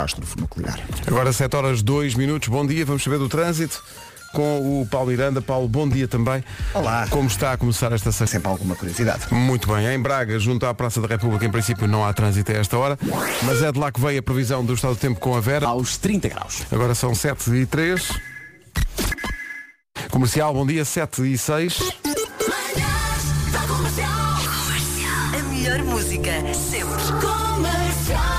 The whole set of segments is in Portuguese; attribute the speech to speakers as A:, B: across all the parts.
A: catástrofe nuclear.
B: Agora 7 horas 2 minutos, bom dia, vamos saber do trânsito com o Paulo Miranda. Paulo, bom dia também.
A: Olá.
B: Como está a começar esta sexta?
A: Sempre alguma curiosidade.
B: Muito bem, em Braga, junto à Praça da República, em princípio não há trânsito a esta hora, mas é de lá que veio a previsão do estado do tempo com a Vera.
C: aos 30 graus.
B: Agora são 7 e 3. Comercial, bom dia, 7 e 6.
D: A melhor música sempre comercial.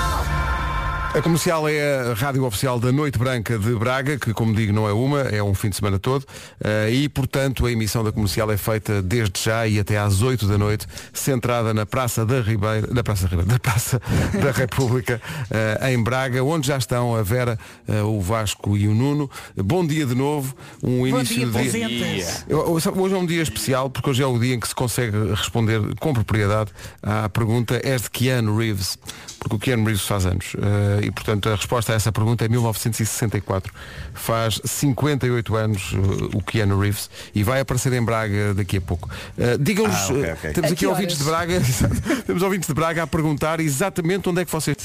B: A comercial é a rádio oficial da Noite Branca de Braga, que como digo não é uma, é um fim de semana todo, eh, e portanto a emissão da comercial é feita desde já e até às 8 da noite, centrada na Praça da Ribeira, da Praça da Ribeira, da Praça da República, eh, em Braga, onde já estão a Vera, eh, o Vasco e o Nuno. Bom dia de novo, um início
E: dia,
B: de dia.
E: presentes.
B: Eu- eu- sabe, Hoje é um dia especial porque hoje é o dia em que se consegue responder com propriedade à pergunta és de Keanu Reeves? Porque o Keanu Reeves faz anos eh, e portanto a resposta a essa pergunta é 1964. Faz 58 anos eh, o Keanu Reeves e vai aparecer em Braga daqui a pouco. Eh, Digam-nos,
A: Ah, ok,
B: eh,
A: ok.
B: temos
E: A
B: aqui
E: que
B: ouvintes de Braga, exato, temos ouvintes de Braga a perguntar exatamente onde é que vocês.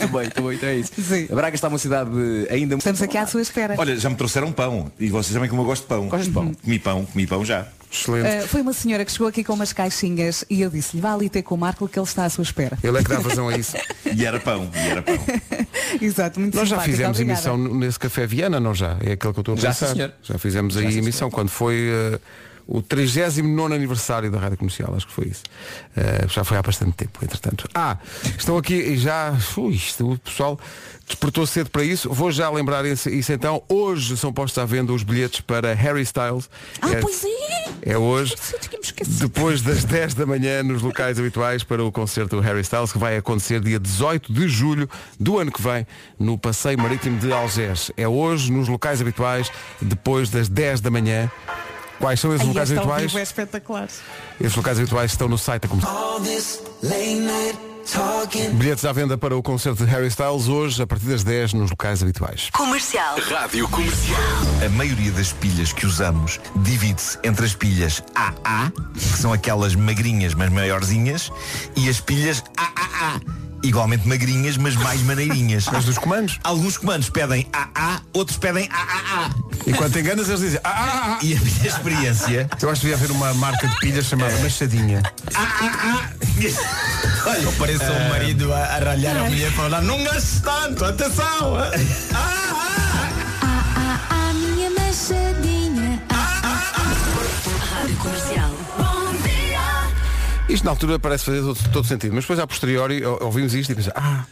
C: Também, também, é isso.
E: Sim.
C: A Braga está uma cidade ainda muito.
E: Estamos aqui à sua espera.
F: Olha, já me trouxeram pão. E vocês sabem como eu gosto de pão.
C: Gostas de pão?
F: Comi pão, comi pão já.
B: Excelente.
E: Ah, foi uma senhora que chegou aqui com umas caixinhas e eu disse-lhe, vá ali ter com o Marco que ele está à sua espera.
B: Ele é que dá vazão a isso.
F: E era pão, e era pão.
E: Exato, muito
B: Nós já
E: simpática,
B: fizemos
E: obrigada.
B: emissão nesse Café Viana, não já? É aquele que eu estou a
C: Já,
B: pensar.
C: sim, senhor.
B: já fizemos aí emissão quando foi eh, o 39 aniversário da Rádio Comercial, acho que foi isso. Eh, já foi há bastante tempo, entretanto. Ah, estão aqui e já. Ui, isto, o pessoal despertou cedo para isso. Vou já lembrar esse- isso então. Hoje são postos à venda os bilhetes para Harry Styles.
E: Ah,
B: É-
E: pois é!
B: é hoje,
E: Eu tinha-me esquecido.
B: depois das 10 da manhã, nos locais habituais para o concerto do Harry Styles, que vai acontecer dia 18 de julho do ano que vem, no Passeio Marítimo de Algés. É hoje, nos locais habituais, depois das 10 da manhã. Quais são esses
E: Ai,
B: locais
E: este ao vivo é
B: habituais?
E: espetacular.
B: Esses locais habituais estão no site da Comercial. Bilhetes à venda para o concerto de Harry Styles hoje, a partir das 10, nos locais habituais.
D: Comercial.
F: A maioria das pilhas que usamos divide-se entre as pilhas AA, que são aquelas magrinhas mas maiorzinhas, e as pilhas AAA, igualmente magrinhas mas mais maneirinhas.
B: Mas dos comandos.
F: Alguns comandos pedem AA, outros pedem AAA.
B: E quando te enganas, eles dizem. "Ah, ah, ah, ah."
F: E a minha experiência
B: Eu acho que devia haver uma marca de pilhas chamada Machadinha.
F: Olha, parece um marido a, a ralhar a mulher para lá. Não gastes tanto, atenção! eh." Ah,
G: A minha machadinha.
D: Rádio Comercial. Bom dia.
B: Isto na altura parece fazer todo, todo sentido, mas depois a posteriori ou- ouvimos isto e pensamos, ah,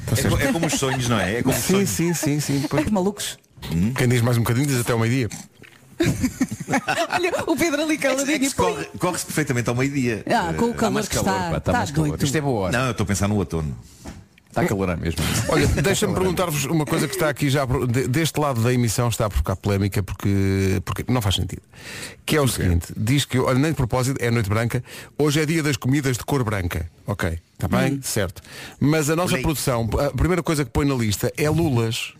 B: está
F: É,
B: certo.
F: co- é como os sonhos, não é? É como os
B: Sim,
F: sonhos.
B: sim, sim, sim. Depois,
E: Que malucos.
B: quem diz mais um bocadinho diz até ao meio-dia.
E: Olha, o Pedro ali
F: É
E: caladinho.
F: que se corre, corre-se perfeitamente ao meio-dia.
E: Ah, com o calor
C: mais
E: que
C: calor,
E: está.
C: pá, está
E: está
C: mais calor.
E: doido.
C: Isto é boa hora.
F: Não, eu estou a pensar no outono.
C: Está
A: é
C: calor mesmo.
B: Olha, deixa-me perguntar-vos uma coisa que está aqui já pro- de- deste lado da emissão está a provocar polémica porque, porque não faz sentido. Que é o seguinte, diz que, olha, nem de propósito, é noite branca, hoje é dia das comidas de cor branca. Ok, está bem?
F: Uhum.
B: Certo. Mas a nossa
F: Olhei.
B: produção, a primeira coisa que põe na lista é Lulas.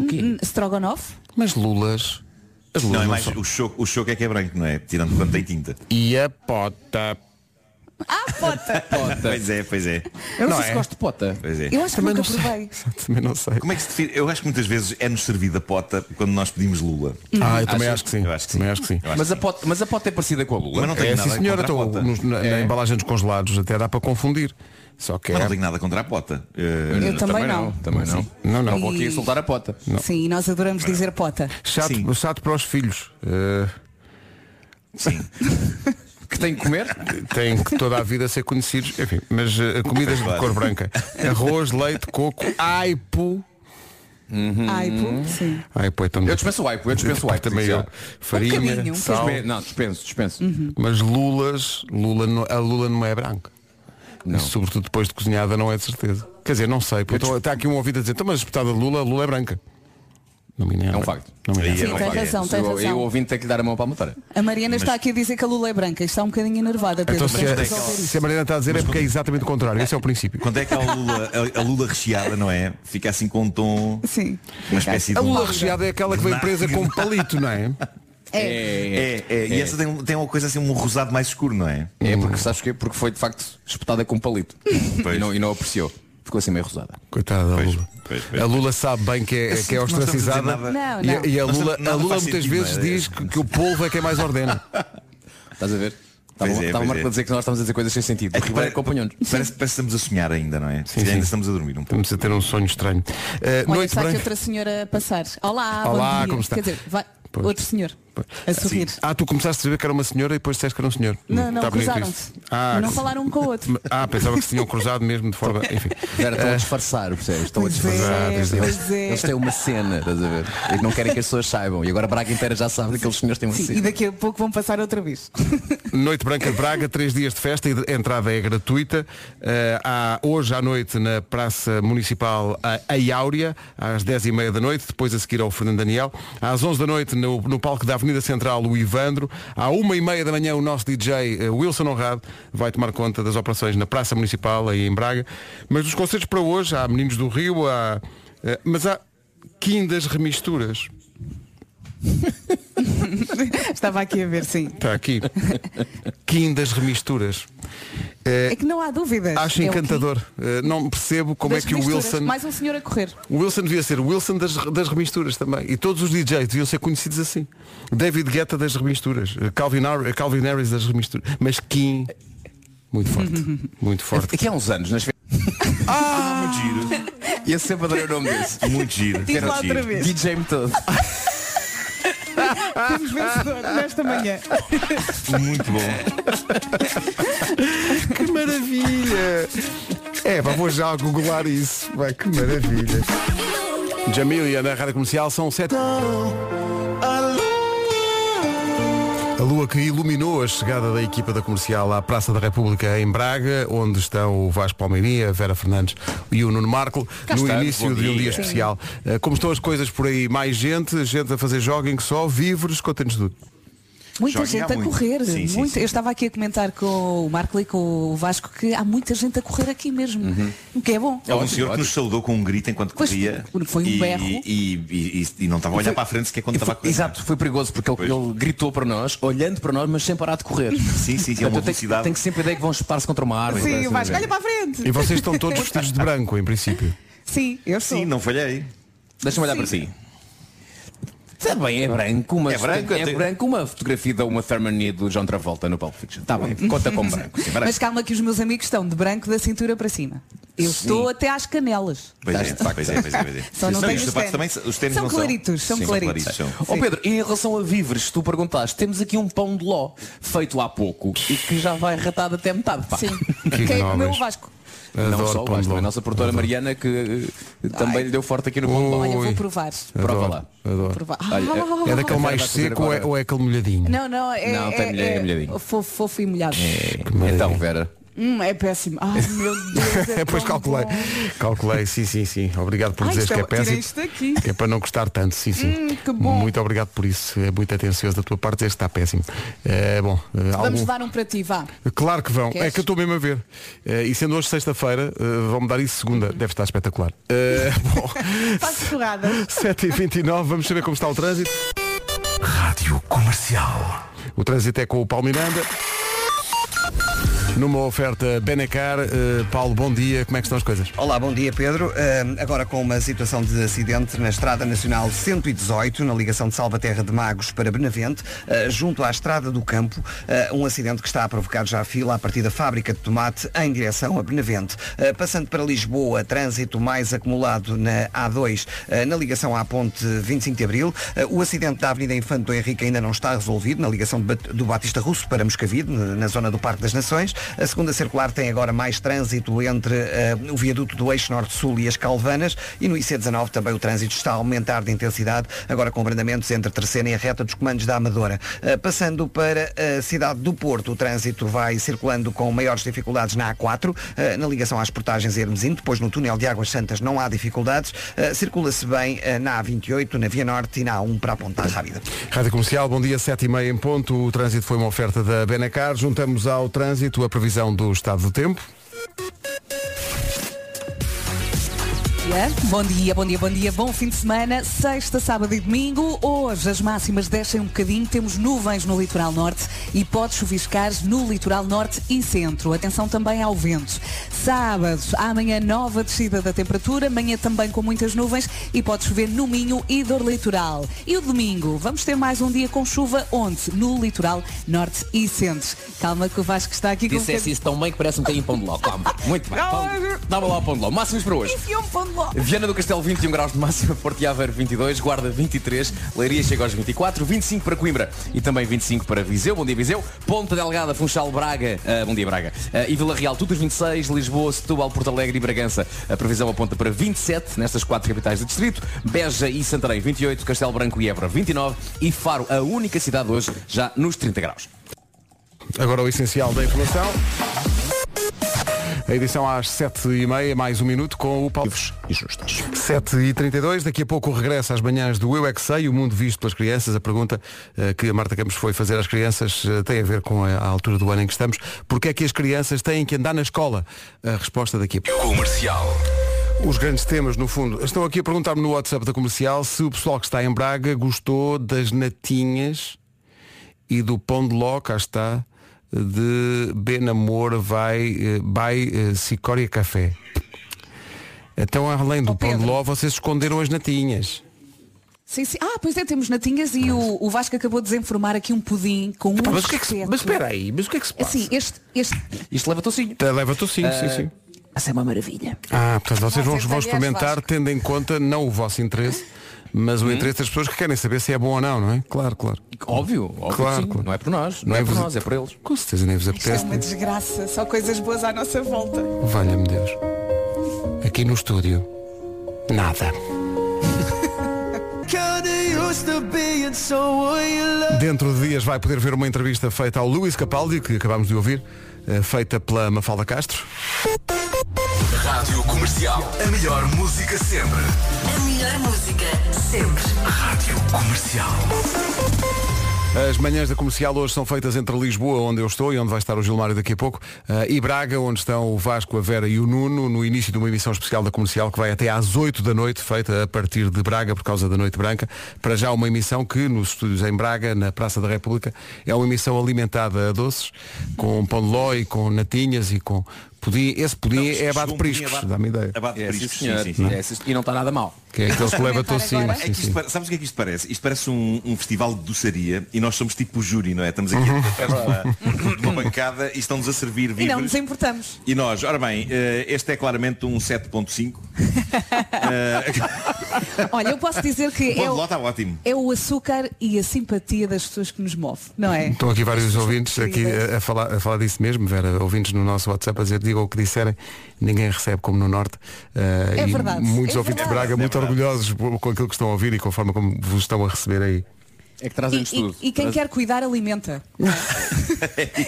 E: Hum, Strogonoff?
B: Mas Lulas. As Lulas
F: Não,
B: não,
F: é mais
B: são.
F: o choco, o choco é que é branco, não é? Tirando quando tem tinta.
B: E a pota.
E: Ah, pota!
C: Pota.
F: Pois é, pois é.
C: Eu
B: Não
C: não, sei
B: é?
C: se gosto de pota.
F: Pois é.
E: Eu acho que
B: Também
E: nunca
B: não sei.
E: provei.
B: Também não sei.
F: Como é que se define? Eu acho que muitas vezes é-nos servida a pota quando nós pedimos Lula.
B: Ah, eu também acho que sim.
F: Eu acho que
B: Também
F: sim.
B: acho que sim.
F: Eu acho
C: Mas a pota, mas a pota é parecida com a lula.
F: Mas não tenho
B: É, sim,
F: nada
B: senhora,
F: contra
B: estou
F: a
E: então,
F: pota.
B: nos- na, na embalagem dos congelados, até dá para confundir. Só que
F: Mas não
B: é...
F: tenho nada contra a pota. Eh,
E: Eu também não.
C: Também não.
B: Não, não.
C: Não vou aqui insultar a pota.
E: Sim, nós adoramos dizer pota.
B: Chato,
F: Sim.
B: chato para os filhos. Uh,
F: Sim.
C: Que tem que comer?
B: têm que toda a vida ser conhecidos. Enfim, mas uh, comidas de
F: Claro.
B: cor branca. Arroz, leite, coco, aipo. Hum.
E: Ai, pô, sim.
B: Aipo é tão
C: Eu dispenso o wipe, eu dispenso o wipe.
B: Também eu. Farinha,
E: bocadinho.
B: sal.
C: Dispenso- Não, dispenso, dispenso.
H: Uhum.
B: Mas lulas, lula, não- a lula não é branca.
C: Não.
B: E, sobretudo depois de cozinhada não é de certeza. Quer dizer, não sei. porque Está aqui um ouvido a dizer, então mas espetada de lula, a lula é branca. Não me engano.
C: É um facto.
B: Não me engano.
F: Aí é
E: Sim,
F: não vai.
E: tem
H: Então,
E: razão, tem
C: Eu, eu
E: razão.
C: ouvindo ter que lhe dar a mão para a motora.
E: A Mariana está aqui a dizer que a Lula é branca e está um bocadinho enervada, Pedro.
B: Então se,
E: Tens
B: a-
E: de resolver
B: se
E: isso.
B: a Mariana está a dizer é porque é exatamente o contrário. Esse é o princípio.
F: Quando é que há a lula, a- a lula recheada, não é? Fica assim com um tom.
E: Sim.
F: Uma espécie de.
B: A
F: um-
B: lula recheada é aquela que vem presa com um palito, não é?
C: É.
F: É, é, e essa tem, tem uma coisa assim, um rosado mais escuro, não é?
C: Uhum. É porque sabes quê? Porque foi de facto espetada com um palito.
F: Pois.
C: E não, e não apreciou. Ficou assim meio rosada.
B: Coitada da
F: Pois,
B: Lula.
F: pois, pois.
B: A Lula sabe bem que
F: Assim
B: é, que é
I: sinto que não estamos a dizer
B: ostracizada.
E: nada. Não,
B: E a-
E: não.
B: E, a
I: Não
B: Lula,
I: estamos- nada
B: a Lula
I: faz
B: muitas
I: sentido,
B: vezes
I: não é?
B: diz que, que o povo é quem mais ordena.
C: Estás a ver? Estava
I: Pois é,
C: estava
I: pois
C: o Marco
I: é.
C: a dizer que nós estamos a dizer coisas sem sentido. O Ribeiro acompanhou-nos.
I: Parece, parece que estamos a sonhar ainda, não é? ainda
B: sim.
I: estamos a dormir um pouco.
B: Estamos a ter um sonho estranho. Uh,
H: Olha,
B: noite
H: está aqui
B: branca.
H: outra senhora a passar. Olá, bom
B: Olá,
H: dia.
B: como está?
H: Quer dizer, vai-
B: Pois.
H: outro senhor a sorrir.
B: Ah, tu começaste a saber que era uma senhora e depois disseste que era um senhor.
H: Não, não,
B: Tá bonito
H: cruzaram-se.
B: isso. Ah,
H: não
B: que-
H: falaram um com o outro.
B: Ah, pensava que se tinham cruzado mesmo de forma. Enfim.
C: Vera, estão a disfarçar, percebes? Estão a
H: Pois é,
C: disfarçar.
H: pois
C: eles,
H: é.
C: eles têm uma cena, estás a ver? Eles não querem que as pessoas saibam. E agora Braga inteira já sabe que aqueles senhores têm uma
H: Sim,
C: cena.
H: e daqui a pouco vão passar outra vez.
B: Noite Branca de Braga, três dias de festa e a entrada é gratuita. Eh, há hoje à noite na Praça Municipal a Aiáurea, às 10 e meia da noite, depois a seguir ao Fernando Daniel. Às 11 da noite no, no palco da Avenida Central, o Ivandro. À uma e meia da manhã o nosso DJ eh, Wilson Honrado vai tomar conta das operações na Praça Municipal aí em Braga. Mas os concertos para hoje, há Meninos do Rio, há, eh, mas há quindas remisturas.
H: Estava aqui a ver, sim.
B: Está aqui. quindas remisturas. Eh,
H: É que não há dúvidas.
B: Acho
H: É o
B: encantador. Eh, não percebo
H: quê?
B: como
H: Das
B: é que o
H: misturas.
B: Wilson.
H: Mais um senhor a correr.
B: O Wilson devia ser o Wilson das, das remisturas também. E todos os DJs deviam ser conhecidos assim. David Guetta das remisturas. eh, Calvin, Har- Calvin Harris das remisturas. Mas Kim. Muito forte. Muito forte.
C: Aqui há uns anos, nas festas,
F: Muito giro.
C: ia sempre adorar o nome desse.
F: Muito giro.
H: Diz lá
F: muito giro.
H: outra vez.
C: DJ-me todo.
B: Ah.
H: Temos vencedor nesta manhã.
F: Muito bom.
B: Que maravilha! É, pá, vou já googlar isso. Vai, que maravilha. Jamilia na rádio comercial são sete. A lua que iluminou a chegada da equipa da comercial à Praça da República em Braga, onde estão o Vasco Palmeirinha, a Vera Fernandes e o Nuno Marco, no
F: está,
B: início
F: bom
B: de um dia
F: dia.
B: especial. Eh, Como estão as coisas por aí? Mais gente, gente a fazer jogging só, víveres, contentes tudo.
E: Muita
F: Joguem há
E: gente a
F: muito.
E: correr.
F: Sim, sim,
E: muita-
F: sim.
E: Eu estava aqui a comentar com o Marco e com o Vasco que há muita gente a correr aqui mesmo.
F: Uhum.
E: O que é bom.
F: Ótimo,
I: Há um senhor que nos saudou com um grito enquanto
E: Pois,
I: corria.
E: foi um
I: e,
E: berro.
I: E, e- e- e não estava a olhar para a frente sequer quando estava a correr.
C: Exato, foi perigoso porque ele,
I: Pois.
C: ele gritou para nós, olhando para nós, mas sem parar de correr.
I: Sim, sim, sim, é
C: Portanto,
I: uma
C: eu tenho,
I: velocidade.
C: eu tenho sempre a ideia que vão chutar-se contra uma árvore.
H: Sim,
C: Sim,
H: o Vasco, olha para a frente.
B: E vocês estão todos vestidos de branco, em princípio.
H: Sim, eu sou.
I: Sim, não falhei.
C: Deixa-me olhar para si. Também é branco, mas
I: É branco,
C: é
I: tem-
C: branco uma fotografia de uma Thermony do John Travolta no Pulp Fiction. Está bem, conta com branco. sim, branco.
E: Mas calma que os meus amigos estão de branco da cintura para cima. Eu estou até às canelas.
I: Pois é, pois é, pois é, pois é.
E: Só não
I: Sim,
E: tenho
I: os
E: os
I: sapatos também,
E: ténis.
I: os ténis
E: São
I: não
E: claritos, são
I: Sim,
E: claritos.
I: são.
C: Ó Oh, Pedro, e em relação a víveres, tu perguntaste, temos aqui um pão de ló feito há pouco e que já vai ratado até metade. Pá.
H: Sim.
B: Que
E: Quem é que comeu o
B: nobres.
E: Vasco?
B: Adoro
C: Não só
B: pão
C: o
B: de
C: Vasco,
B: ló.
C: mas a nossa produtora Mariana que eh, também lhe deu forte aqui no pão de ló.
E: Olha,
B: Ui.
E: vou provar.
C: Prova
B: Adoro,
C: lá.
B: adoro.
E: provar.
C: Olha,
B: É tá daquele
C: A Vera
B: mais
C: vai fazer
B: seco ou é,
C: agora.
B: ou é aquele molhadinho?
E: Não, não, é,
C: Não, tem
E: é,
C: mulher, é molhadinho.
E: fofo, fofo e molhado.
B: É.
C: Então, Vera,
E: Hum, é péssimo. Ai, meu Deus. É
B: Depois
E: tão
B: calculei.
E: bom.
B: Calculei, sim, sim, sim. Obrigado por
E: Ai,
B: dizeres
E: isto
B: que é
E: é- tirei
B: péssimo.
E: isto daqui.
B: Que é para não custar tanto, sim, sim.
E: Hum, que bom.
B: Muito obrigado por isso. É muito atencioso da tua parte dizer que está péssimo. É, bom, eh,
H: Vamos
B: algum-
H: dar um para ti, vá.
B: Claro que vão.
H: Queres?
B: É que eu estou mesmo a ver. Eh, e sendo hoje sexta-feira, eh, vão-me dar isso segunda. Deve estar espetacular. Eh, bom,
H: Faz porrada.
B: 7h29, vamos saber como está o trânsito.
I: Rádio Comercial.
B: O trânsito é com o Paulo Miranda. Numa oferta Benacar, eh, Paulo, bom dia, como é que estão as coisas?
A: Olá, bom dia Pedro. Ahm, agora com uma situação de acidente na Estrada Nacional 118, na ligação de Salvaterra de Magos para Benavente, ah, junto à Estrada do Campo, ah, um acidente que está a provocar já fila a partir da fábrica de tomate em direção a Benavente. Ah, passando para Lisboa, trânsito mais acumulado na A2, ah, na ligação à ponte 25 de Abril. Ah, o acidente da Avenida Infante do Henrique ainda não está resolvido, na ligação de Bat- do Batista Russo para Moscavide, na na zona do Parque das Nações. A segunda circular tem agora mais trânsito entre eh, o viaduto do Eixo Norte-Sul e as Calvanas e no IC19 também o trânsito está a aumentar de intensidade, agora com abrandamentos entre a terceira e a reta dos comandos da Amadora. Eh, passando para a cidade do Porto, o trânsito vai circulando com maiores dificuldades na A4, eh, na ligação às portagens Hermesim, depois no túnel de Águas Santas não há dificuldades, Eh, circula-se bem eh, na A28, na Via Norte e na A1 para a Ponta Rábida.
B: Rádio Comercial, bom dia, 7 e meia em ponto. O trânsito foi uma oferta da Benacar. Juntamos ao trânsito a previsão do estado do tempo.
E: dia, bom dia, bom dia, bom dia, bom fim de semana, sexta, sábado e domingo. Hoje as máximas descem um bocadinho, temos nuvens no litoral norte e pode chuviscar no litoral norte e centro. Atenção também ao vento. Sábado, amanhã nova descida da temperatura, amanhã também com muitas nuvens e pode chover no Minho e dor litoral. E o domingo, vamos ter mais um dia com chuva onde? No litoral norte e centro. Calma que o Vasco está aqui com um
C: Dissesse isso tão bem que parece um bocadinho pão de ló. Calma. Muito bem. Pão de- Dá-me lá o pão de ló. Máximos para hoje.
E: bocadinho- Enfia um pão de ló.
C: Viana do Castelo 21 graus de máxima, Porto de Aveiro 22, Guarda 23, Leiria chega aos 24, 25 para Coimbra e também 25 para Viseu, bom dia Viseu, Ponta Delgada, Funchal, Braga, ah, bom dia Braga, ah, e Vila Real tudo os 26, Lisboa, Setúbal, Porto Alegre e Bragança. A previsão aponta para 27 nestas quatro capitais do distrito, Beja e Santarém 28, Castelo Branco e Évora 29 e Faro, a única cidade hoje já nos 30 graus.
B: Agora o essencial da informação. A edição às 7h30, mais um minuto, com o Paulo.
F: E justas.
B: 7h32, daqui a pouco regressa às manhãs do Eu É Que Sei, o mundo visto pelas crianças. A pergunta eh, que a Marta Campos foi fazer às crianças eh, tem a ver com a, a altura do ano em que estamos. Porquê é que as crianças têm que andar na escola? A resposta daqui a pouco.
I: Comercial.
B: Os grandes temas, no fundo. Estão aqui a perguntar-me no WhatsApp da comercial se o pessoal que está em Braga gostou das natinhas e do pão de ló, cá está, de Benamor vai, eh, vai eh, Sicória Café. Então, além do
E: Oh,
B: pão de
E: Pedro.
B: ló, vocês esconderam as natinhas.
E: Sim, sim. Ah, pois é, temos natinhas e o, o Vasco acabou de desenformar aqui um pudim com um
B: mas, o que é que se,
E: espeto.
B: mas espera aí, mas o que é que se passa?
E: Assim, este, este...
C: Isto leva tocinho.
B: Tá, Leva-te sim, sim, sim.
E: Eh, Essa é uma maravilha.
B: Ah, portanto, vocês vão,
E: Vocês,
B: vão
E: aliás,
B: experimentar
E: Vasco.
B: tendo em conta não o vosso interesse, mas o interesse das pessoas que querem saber se é bom ou não, não é? Uhum. Claro, claro.
C: Óbvio, óbvio que
B: Claro,
C: sim.
B: claro.
C: não é por nós, não, é, por
B: vos-
C: nós, é por eles.
B: Com certeza nem vos
H: Isto é
B: apetece.
H: uma desgraça. Só coisas boas à nossa volta.
B: Valha-me Deus. Aqui no estúdio, nada. Dentro de dias vai poder ver uma entrevista feita ao Luís Capaldi, que acabámos de ouvir, eh, feita pela Mafalda Castro.
I: Rádio Comercial. A melhor música sempre.
D: A melhor música sempre.
I: Rádio Comercial.
B: As manhãs da comercial hoje são feitas entre Lisboa, onde eu estou e onde vai estar o Gilmário daqui a pouco, eh, e Braga, onde estão o Vasco, a Vera e o Nuno, no início de uma emissão especial da comercial que vai até às 8 da noite, feita a partir de Braga por causa da Noite Branca. Para já uma emissão que, nos estúdios em Braga, na Praça da República, é uma emissão alimentada a doces, com pão de ló e com natinhas e com pudim. Esse pudim é
I: um
B: abate priscos, dá-me ideia.
F: Abate
C: É, sim,
F: priscos, Ah, sim,
C: senhor.
F: sim, sim.
C: É, sim, senhor. e não está nada mal.
B: Que é aquele que leva todo
E: experimentar
B: cima.
E: agora?
F: É
B: Sim,
F: que isto
B: sim.
F: pare- sabes o que é que isto parece? Isto parece um, um festival de doçaria e nós somos tipo o júri, não é? Estamos aqui
B: Uhum.
F: atrás de uma, de uma bancada e estão-nos a servir
E: E não
F: vídeos.
E: nos importamos.
F: E nós, ora bem, eh, este é claramente um 7.5.
E: Olha, eu posso dizer
F: O
E: que
F: pão
E: é
F: de ló
E: o,
F: Eh,
B: tá.
F: está ótimo.
E: é o açúcar e a simpatia das pessoas que nos move, não é?
B: Estão aqui vários ouvintes aqui
E: queridas.
B: a, a falar, a falar disso mesmo, Vera, ouvintes no nosso WhatsApp a dizer, digam o que disserem, ninguém recebe como no Norte. Eh,
E: É
B: e
E: verdade,
B: Muitos
E: é
B: ouvintes de
E: verdade.
B: Braga
F: É
B: muito
F: verdade.
B: orgulhosos por- com aquilo que estão a ouvir e com a forma como vos estão a receber aí.
C: É que
E: E,
C: trazem-nos tudo.
E: e- e quem quer cuidar alimenta.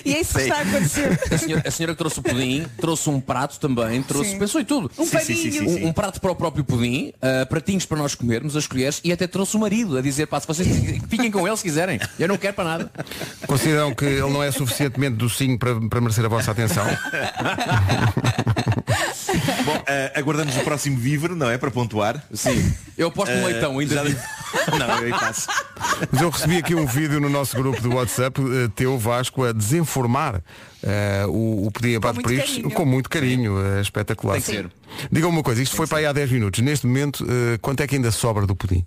E: e é isso que
F: Sim.
E: está a acontecer.
C: A senhora, a senhora que trouxe o pudim, trouxe um prato também, trouxe,
E: Sim.
C: pensou em tudo. Um,
F: Sim, sim, sim, sim, sim.
C: um prato para o próprio pudim, ah, pratinhos para nós comermos, as colheres, e até trouxe o marido a dizer, pá, se vocês fiquem com ele se quiserem, eu não quero para nada.
B: Consideram que ele não é suficientemente docinho para, para merecer a vossa atenção. um
F: Bom, eh, aguardamos o próximo vívere, não é? Para pontuar.
C: Sim. Eu aposto um
B: Então,
C: leitão ainda.
F: Ah, Já- Não, eu aí passo.
B: Mas eu recebi aqui um vídeo no nosso grupo do WhatsApp, eh, teu Vasco, a desenformar eh, o, o pudim abate
E: muito
B: priscos
E: carinho.
B: com muito carinho, eh, espetacular.
F: Tem que ser.
B: Diga uma coisa, isto foi para aí há 10 minutos. Neste momento, eh, quanto é que ainda sobra do pudim?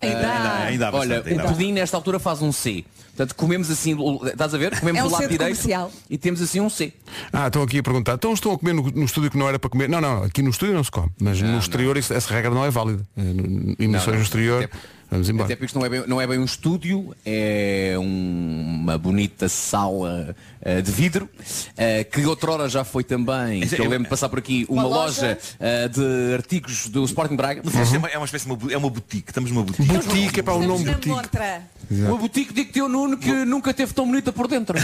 B: É,
E: Ainda há-
F: Ainda há bastante,
C: Olha,
F: ainda há
C: o pudim nesta altura faz um C. Portanto, comemos assim, o- estás a ver? Comemos
E: É um
C: do lado
E: centro
C: direito
E: comercial.
C: e temos assim um C.
B: Ah, estão aqui a perguntar. Então estão a comer no, no estúdio que não era para comer. Não, não, aqui no estúdio não se come. Mas no exterior isso- essa regra não é válida. Eh, no- no- Emissões
C: Não, não.
B: no exterior.
C: Até porque-
B: Vamos embora.
C: Até porque isto não é bem, não é bem um estúdio, é um- uma bonita sala eh, de vidro, eh, que outrora já foi também, que eu lembro de passar por aqui, uma, loja,
H: loja.
C: eh, de artigos do Sporting Braga.
F: No fundo, isto é uma- é uma espécie de uma, bo- é uma boutique. Estamos numa boutique.
B: Boutique, é para o nome
E: Estamos na
B: boutique.
E: montra.
C: Uma boutique, digo-te eu, Nuno, que nunca teve tão bonita por dentro.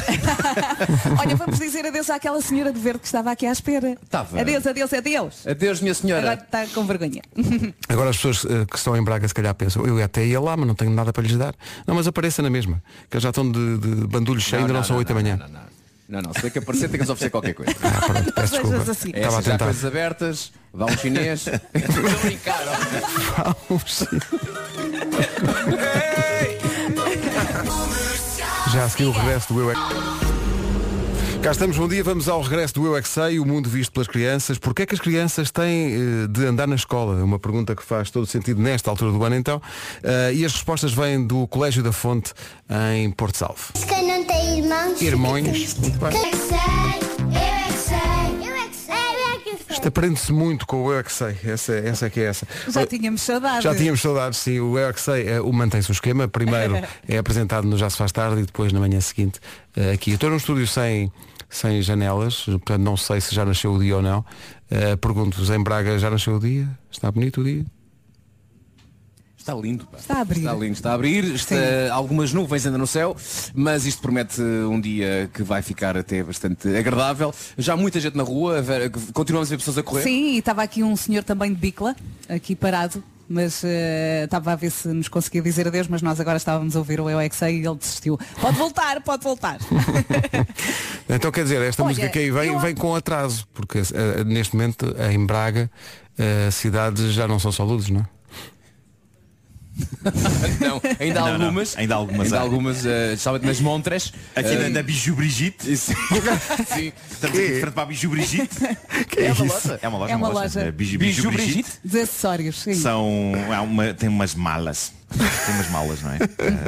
E: Olha, vamos dizer adeus àquela senhora de verde que estava aqui à espera.
C: Estava.
E: Adeus, adeus, adeus.
C: Adeus, minha senhora.
E: Agora está com vergonha.
B: Agora as pessoas eh, que estão em Braga se calhar pensam, eu até ia lá, mas não tenho nada para lhes dar. Não, mas apareça na mesma. Que eles já estão de, de bandulho cheio, ainda não, são oito da manhã. Ah,
C: não, não. Não, não, se tem que aparecer, tem que nos oferecer qualquer coisa.
B: Pronto, peço
E: Não sejas
B: desculpa.
E: assim.
C: É,
B: Estava a
C: já
B: tentar.
C: coisas abertas, vá um chinês. Estou a brincar, ó.
B: Já a seguir o regresso do Eu é... Que- Cá estamos, bom dia, vamos ao regresso do Eu é que Sei, o mundo visto pelas crianças. Porquê é que as crianças têm eh, de andar na escola? É Uma pergunta que faz todo sentido nesta altura do ano então. Eh, e as respostas vêm do Colégio da Fonte em Porto Salvo.
G: Quem não tem irmãos.
B: Irmões.
G: Eu é que sei, eu é que sei, eu é que sei, eu é que sei.
B: Isto aprende-se muito com o Eu é que Sei. Essa, essa é que é essa.
E: Já tínhamos saudades.
B: Já tínhamos saudades, sim. O Eu é que sei, eh, o mantém-se o esquema. Primeiro é apresentado no Já se faz tarde e depois na manhã seguinte eh, aqui. Eu estou num estúdio sem, sem janelas, portanto não sei se já nasceu o dia ou não. Eh, Pergunto-vos, em Braga já nasceu o dia? Está bonito o dia?
C: Está lindo, pá.
E: Está a abrir.
C: Está lindo, está a abrir. Está- algumas nuvens ainda no céu, mas isto promete um dia que vai ficar até bastante agradável. Já há muita gente na rua, a ver- continuamos a ver pessoas a
F: é?
C: correr.
E: Sim, e estava aqui um senhor também de bicla, aqui parado, mas eh, estava a ver se nos conseguia dizer adeus, mas nós agora estávamos a ouvir o Eu é que sei e ele desistiu. Pode voltar, pode voltar.
B: Então quer dizer, esta
E: Olha,
B: música que aí vem,
E: eu-
B: vem com atraso, porque eh, neste momento em Braga eh, as cidades já não são só luzes, não é?
C: Não, ainda há
F: Não, não.
C: algumas.
F: Ainda há algumas,
C: Ainda há
F: há.
C: algumas, eh, especialmente nas montras.
F: Aqui na,
C: Eh,
F: na Biju Brigitte.
C: Sim. Sim.
F: Estamos aqui de frente para a Biju Brigitte.
B: Que é isso?
F: É uma loja.
E: É uma loja.
F: É Biju,
C: Biju
F: Biju Brigitte.
C: Brigitte?
E: De acessórios, sim.
F: São, há uma, tem umas malas. Tem umas malas, não é? Ah,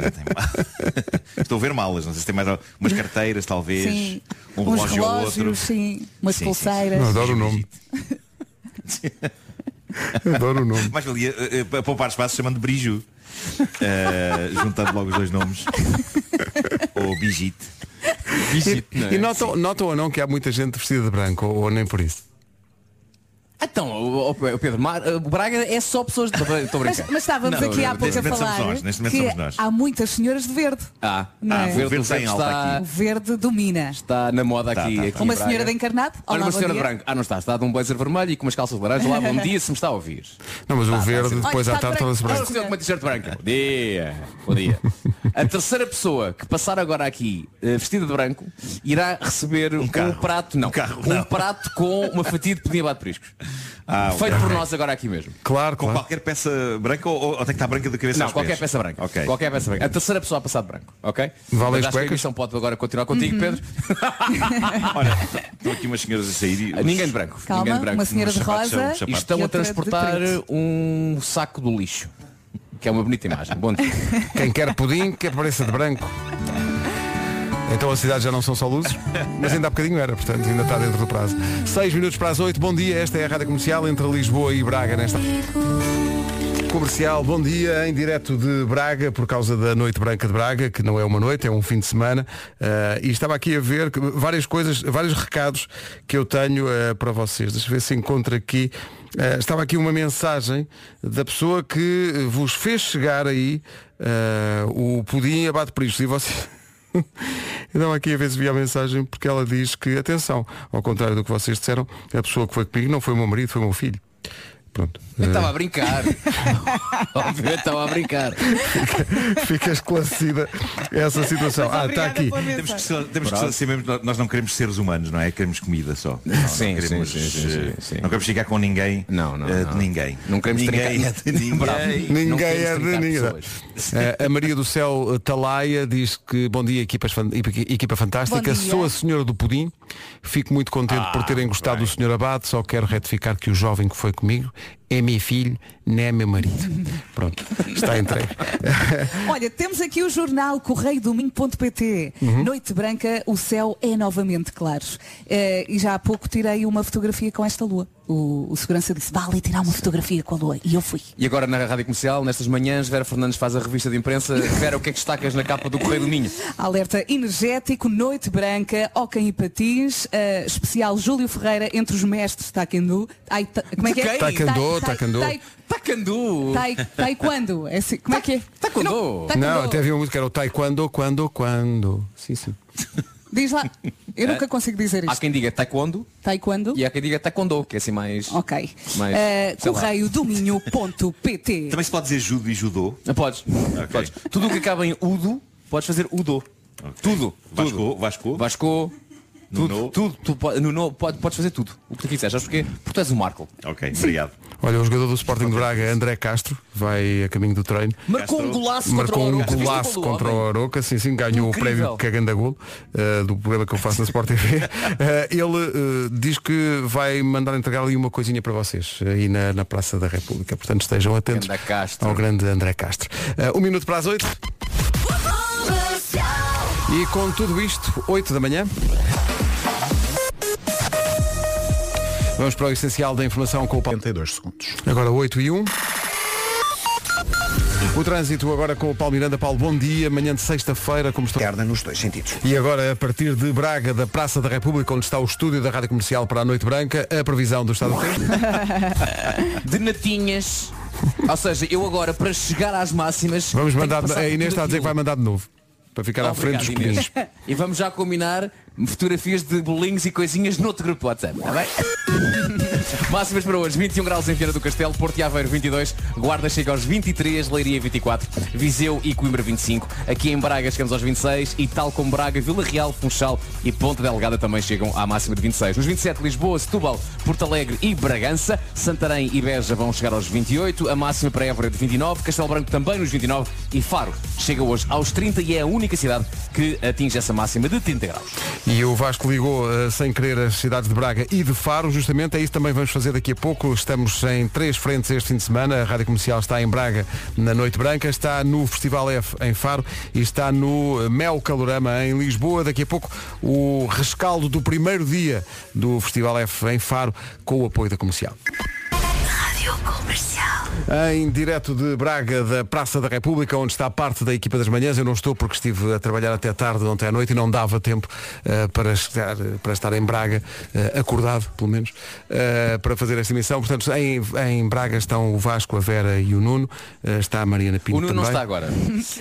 F: tem ma- Estou a ver malas, não sei se tem mais al- umas carteiras, talvez.
E: Sim.
F: Um
E: Uns
F: relógio ou outro.
E: relógios, sim, umas
F: Sim, sim, sim.
E: pulseiras.
B: Não, Adoro o nome. Adoro o nome.
F: Mas valia eh, eh, para poupar espaço chamando Briju. Eh, juntando logo os dois nomes. ou Brigitte.
C: Brigitte, não é?
B: E notam, notam ou não que há muita gente vestida de branco, ou, ou nem por isso?
C: Então, o, o Pedro, Mar, o Braga é só pessoas de. Estou a
E: Mas,
C: brincar.
E: mas tá- estávamos
C: Não,
E: aqui
C: não,
E: há pouco
F: neste
E: a
F: momento somos
E: falar
F: nós, neste momento somos nós.
E: que há muitas senhoras de verde.
C: Ah,
E: Não
C: ah,
E: é?
C: o verde,
F: O verde tem alta
C: está,
E: O verde domina.
C: está na moda
F: Tá,
C: aqui.
F: tá, tá.
C: aqui em
E: Uma
C: Braga.
E: senhora de encarnado.
C: Olha,
E: Olá, bom
C: uma senhora de
E: dia.
C: branco. Ah, não está. Está de um blazer vermelho e com umas calças laranjas. Olá, bom dia, se me está a ouvir.
B: Não,
E: Ah,
B: mas o verde depois
E: tá, está
B: à tarde
E: branco.
B: torna-se
C: Ah,
B: branco.
C: uma senhora com uma t-shirt branca. Bom dia. Bom dia. A terceira pessoa que passar agora aqui eh, vestida de branco irá receber um,
F: carro.
C: prato, não,
F: Um carro,
C: um
F: não.
C: prato com uma fatia de pudim abate de priscos.
F: Ah, ok,
C: Feito por
F: ok.
C: nós agora aqui mesmo.
B: Claro,
F: Com
B: claro.
F: qualquer peça branca ou, ou ou tem que estar branca da cabeça
C: Não,
F: aos
C: qualquer
F: pés?
C: peça branca.
F: Ok.
C: Qualquer peça branca. A terceira pessoa a passar de branco, ok?
B: Vale as
C: Mas acho que a
B: cuecas?
C: emissão pode agora continuar
E: Uhum.
C: contigo, Pedro.
F: Olha, estão aqui umas senhoras a sair e...
C: Ninguém de branco.
E: Calma,
C: Ninguém de branco.
E: uma senhora
F: Os
E: de
F: sapatos são-
E: rosa.
F: os sapatos.
C: E
F: Pá.
C: estão
E: E
C: a
E: outra de
C: transportar
E: preto.
C: um saco do lixo. Que é uma bonita imagem. Bom dia.
B: Quem quer pudim, que apareça de branco. Então as cidades já não são só luzes, mas ainda há bocadinho era, portanto ainda está dentro do prazo. 6 minutos para as 8, bom dia, esta é a Rádio Comercial entre Lisboa e Braga nesta. Comercial, bom dia, em direto de Braga, por causa da Noite Branca de Braga, que não é uma noite, é um fim de semana. Ah, e estava aqui a ver que- várias coisas, vários recados que eu tenho ah, para vocês. Deixa eu ver se encontro aqui. Ah, estava aqui uma mensagem da pessoa que vos fez chegar aí ah, o pudim abate priscos. E vocês. Então aqui a ver se vi a mensagem porque ela diz que, atenção, ao contrário do que vocês disseram, a pessoa que foi comigo não foi o meu marido, foi o meu filho. Pronto.
C: Eu estava a brincar. Óbvio, eu estava a brincar.
B: Fica esclarecida essa situação. Ah, está aqui.
F: tá Temos que, só- temos que só ser mesmo, nós não queremos seres humanos, não é? Queremos comida só. Não, não
C: Sim,
F: queremos,
C: sim, sim, sim, sim,
F: eh,
C: sim.
F: Não queremos ficar com ninguém.
C: Não, não,
F: eh,
C: não.
F: De ninguém.
C: Não queremos
F: ninguém. É
C: trincar-
F: de ninguém.
C: Não
B: Ninguém
C: queremos
B: é de
C: trincar
B: ninguém.
C: pessoas.
B: Eh, A Maria do Céu eh, Talaia diz que bom dia equipas fan- equi- equipa fantástica,
E: Bom dia.
B: sou a senhora do pudim, fico muito contente
C: Ah,
B: por terem gostado do senhor Abate, só quero retificar que o jovem que foi comigo é meu filho, não é meu marido. Pronto, está entregue.
E: Olha, temos aqui o jornal correiodomingo.pt.
B: Uhum.
E: Noite branca, o céu é novamente claro. Eh, e já há pouco tirei uma fotografia com esta lua. O, o segurança disse, vá ali tirar uma fotografia com a lua. E eu fui.
C: E agora na Rádio Comercial, nestas manhãs, Vera Fernandes faz a revista de imprensa. Vera, o que é que destacas na capa do Correio do Minho?
E: Alerta energético, noite branca, Oquem e Patins, eh, especial Júlio Ferreira entre os mestres Taekwondo. Ai, ta- como é que é?
C: Quem?
B: Taekwondo,
E: Tai- tai-
B: taekwondo.
E: tai-
C: Tacandu!
E: tai- Taekwondo. É assim, como é que é?
C: Taekwondo.
E: Eu não-
B: Não,
E: taekwondo.
B: até havia uma música, era o taekwondo, quando, quando. Sim, sim.
E: Diz lá. Eu
B: É.
E: nunca consigo dizer
C: Há
E: isto.
C: quem diga taekwondo
E: Taekwondo?
C: e há quem diga taekwondo, que é assim mais...
E: Ok.
C: Mas,
E: Eh,
C: sei lá.
E: Correiodominho.pt
F: Também se pode dizer judo e judô.
C: Ah, Podes. Podes. Tudo o que acaba em udo, podes fazer udo. Tudo. tudo.
F: Vasco, Vasco.
C: Vasco,
F: No
C: Tudo,
F: no?
C: tudo, tu po- no no, pode, podes fazer tudo. O que tu quiseres, sabes porquê? Porque tu és o Marco.
F: Ok, obrigado.
B: Olha, o jogador do Sporting de Braga, André Castro, vai a caminho do treino.
C: Marcou um golaço
B: Marcou um
C: contra o Aroca. Viste o gol
B: golaço
C: do
B: contra
C: homem?
B: o Aroca, sim, sim, ganhou
C: Incrível.
B: o prémio é Cagandagol uh, do programa que eu faço na Sport TV. Uh, ele uh, diz que vai mandar entregar ali uma coisinha para vocês uh, aí na, na Praça da República. Portanto, estejam atentos
C: Ganda Castro.
B: ao grande André Castro. Uh, um minuto para as oito. E com tudo isto, 8 da manhã. Vamos para o essencial da informação com o Paulo.
J: 42 segundos.
B: Agora 8 e 1. O trânsito agora com o Paulo Miranda. Paulo, bom dia. Manhã de sexta-feira, como estou...
A: Perna nos dois sentidos.
B: E agora, a partir de Braga, da Praça da República, onde está o estúdio da Rádio Comercial para a Noite Branca, a previsão do estado do tempo.
C: De natinhas. Ou seja, eu agora, para chegar às máximas.
B: Vamos
C: tenho
B: mandar...
C: que passar
B: A
C: por
B: Inês
C: tudo
B: está a dizer que vai
C: aquilo.
B: mandar de novo. Para ficar à frente
C: Obrigado,
B: dos
C: Inês.
B: pequeninos.
C: E vamos já combinar fotografias de bolinhos e coisinhas no outro grupo do WhatsApp, está bem? Máximas para hoje, 21 graus em Viana do Castelo, Porto e Aveiro 22, Guarda chega aos 23, Leiria 24, Viseu e Coimbra 25, aqui em Braga chegamos aos 26 e tal como Braga, Vila Real, Funchal e Ponta Delgada também chegam à máxima de 26. Nos 27, Lisboa, Setúbal, Porto Alegre e Bragança, Santarém e Beja vão chegar aos 28, a máxima para Évora de 29, Castelo Branco também nos 29 e Faro chega hoje aos 30 e é a única cidade que atinge essa máxima de 30 graus.
B: E o Vasco ligou eh, sem querer as cidades de Braga e de Faro, justamente, é isso também vamos fazer daqui a pouco. Estamos em três frentes este fim de semana. A Rádio Comercial está em Braga na Noite Branca, está no Festival F em Faro e está no eh, Mel Calorama em Lisboa. Daqui a pouco o rescaldo do primeiro dia do Festival F em Faro com o apoio da Comercial.
D: Rádio Comercial.
B: Em direto de Braga, da Praça da República, onde está parte da equipa das manhãs, eu não estou porque estive a trabalhar até tarde ontem à noite e não dava tempo eh, para, chegar, para estar em Braga, eh, acordado pelo menos, eh, para fazer esta emissão. Portanto, em, em Braga estão o Vasco, a Vera e o Nuno, eh, está a Mariana Pinto
C: O Nuno não
B: também.
C: está agora.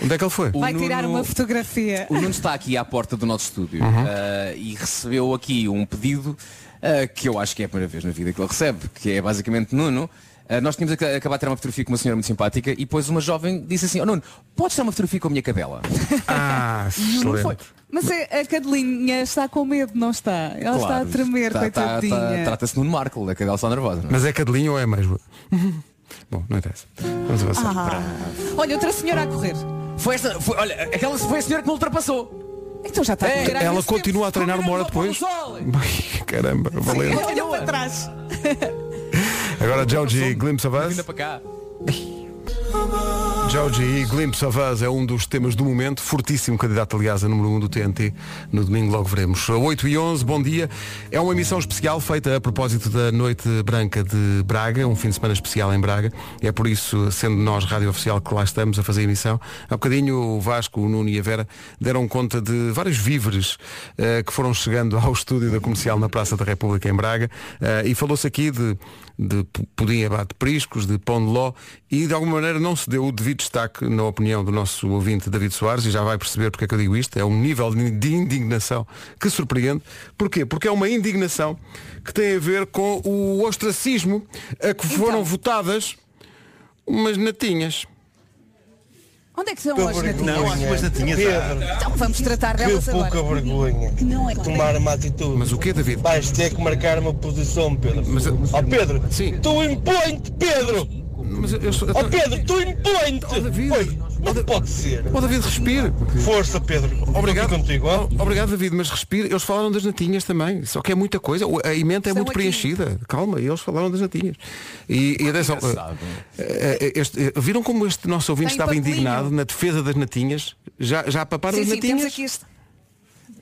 B: Onde é que ele foi?
H: Vai
C: O
H: tirar
C: Nuno-
H: uma fotografia.
C: O Nuno está aqui à porta do nosso estúdio ah, e recebeu aqui um pedido ah, que eu acho que é a primeira vez na vida que ele recebe, que é basicamente Nuno. ah, nós tínhamos ac- acabado de ter uma fotografia com uma senhora muito simpática e depois uma jovem disse assim, oh Nuno, podes ter uma fotografia com a minha cadela?
B: Ah,
C: E o Nuno
B: excelente.
C: foi.
H: Mas a, a cadelinha está com medo, não está? Ela está a
C: Claro,
H: tremer,
C: tá- tá- tá-
H: coitadinha.
C: Trata-se de Nuno Marco, a cadela está nervosa. não é?
B: Mas é cadelinho ou é mesmo? Bom, não interessa. Vamos avançar.
C: Ah.
H: Olha, outra senhora a correr.
C: Foi esta, foi, olha, aquela foi a senhora que me ultrapassou.
H: Então já está
C: É,
H: a correr há
B: Ela
H: imenso
B: continua a treinar uma hora
C: Combinado
B: depois.
C: com o Paulo
B: Ai, Caramba, valeu.
H: tempo. Olha para trás.
B: Agora
C: um
B: Joji Glimpse of Us.
C: Vinda para cá.
B: Joji e Glimpse of Us é um dos temas do momento, fortíssimo candidato, aliás, a número 1 um do TNT. No domingo logo veremos. 8 e 11, bom dia. É uma emissão especial feita a propósito da Noite Branca de Braga, um fim de semana especial em Braga. É por isso, sendo nós Rádio Oficial que lá estamos a fazer a emissão, há bocadinho o Vasco, o Nuno e a Vera deram conta de vários víveres eh, que foram chegando ao estúdio da Comercial na Praça da República em Braga. Eh, e falou-se aqui de, de pu- pudim abate de priscos, de pão de ló e de alguma maneira não se deu o devido destaque na opinião do nosso ouvinte David Soares e já vai perceber porque é que eu digo isto. É um nível de de indignação que surpreende. Porquê? Porque é uma indignação que tem a ver com o ostracismo a
J: Então.
B: que foram votadas umas natinhas.
E: Onde é que são as
F: Não,
E: natinhas?
F: acho que umas natinhas. há.
E: Então vamos tratar delas agora.
J: vergonha.
E: Não é
J: Tomar uma atitude.
B: Mas o quê, David?
J: Vais ter é que marcar uma posição, Pedro.
B: Mas-
J: Ó Pedro,
B: Sim.
J: tu impõe-te, Pedro!
B: Mas eu- eu sou-
J: Ó Pedro, tu impõe-te!
B: Ó, Oh, David.
J: Pois,
B: Ó, Da-
J: não pode ser.
B: Oh, David, respire.
J: Força, Pedro.
B: Obrigado.
J: Estou aqui contigo, ó.
B: Obrigado, David, mas respire. Eles falaram das natinhas também, só que é muita coisa. O- A emenda é
E: Estão
B: muito
E: aqui.
B: preenchida. Calma, eles falaram das natinhas. E, e atenção,
C: engraçado.
B: eh, eh, este- eh, viram como este nosso ouvinte
E: Tem
B: estava
E: papelinho.
B: indignado na defesa das natinhas? Já, já paparam
E: Sim,
B: as
E: sim, temos
B: natinhas?
E: aqui este.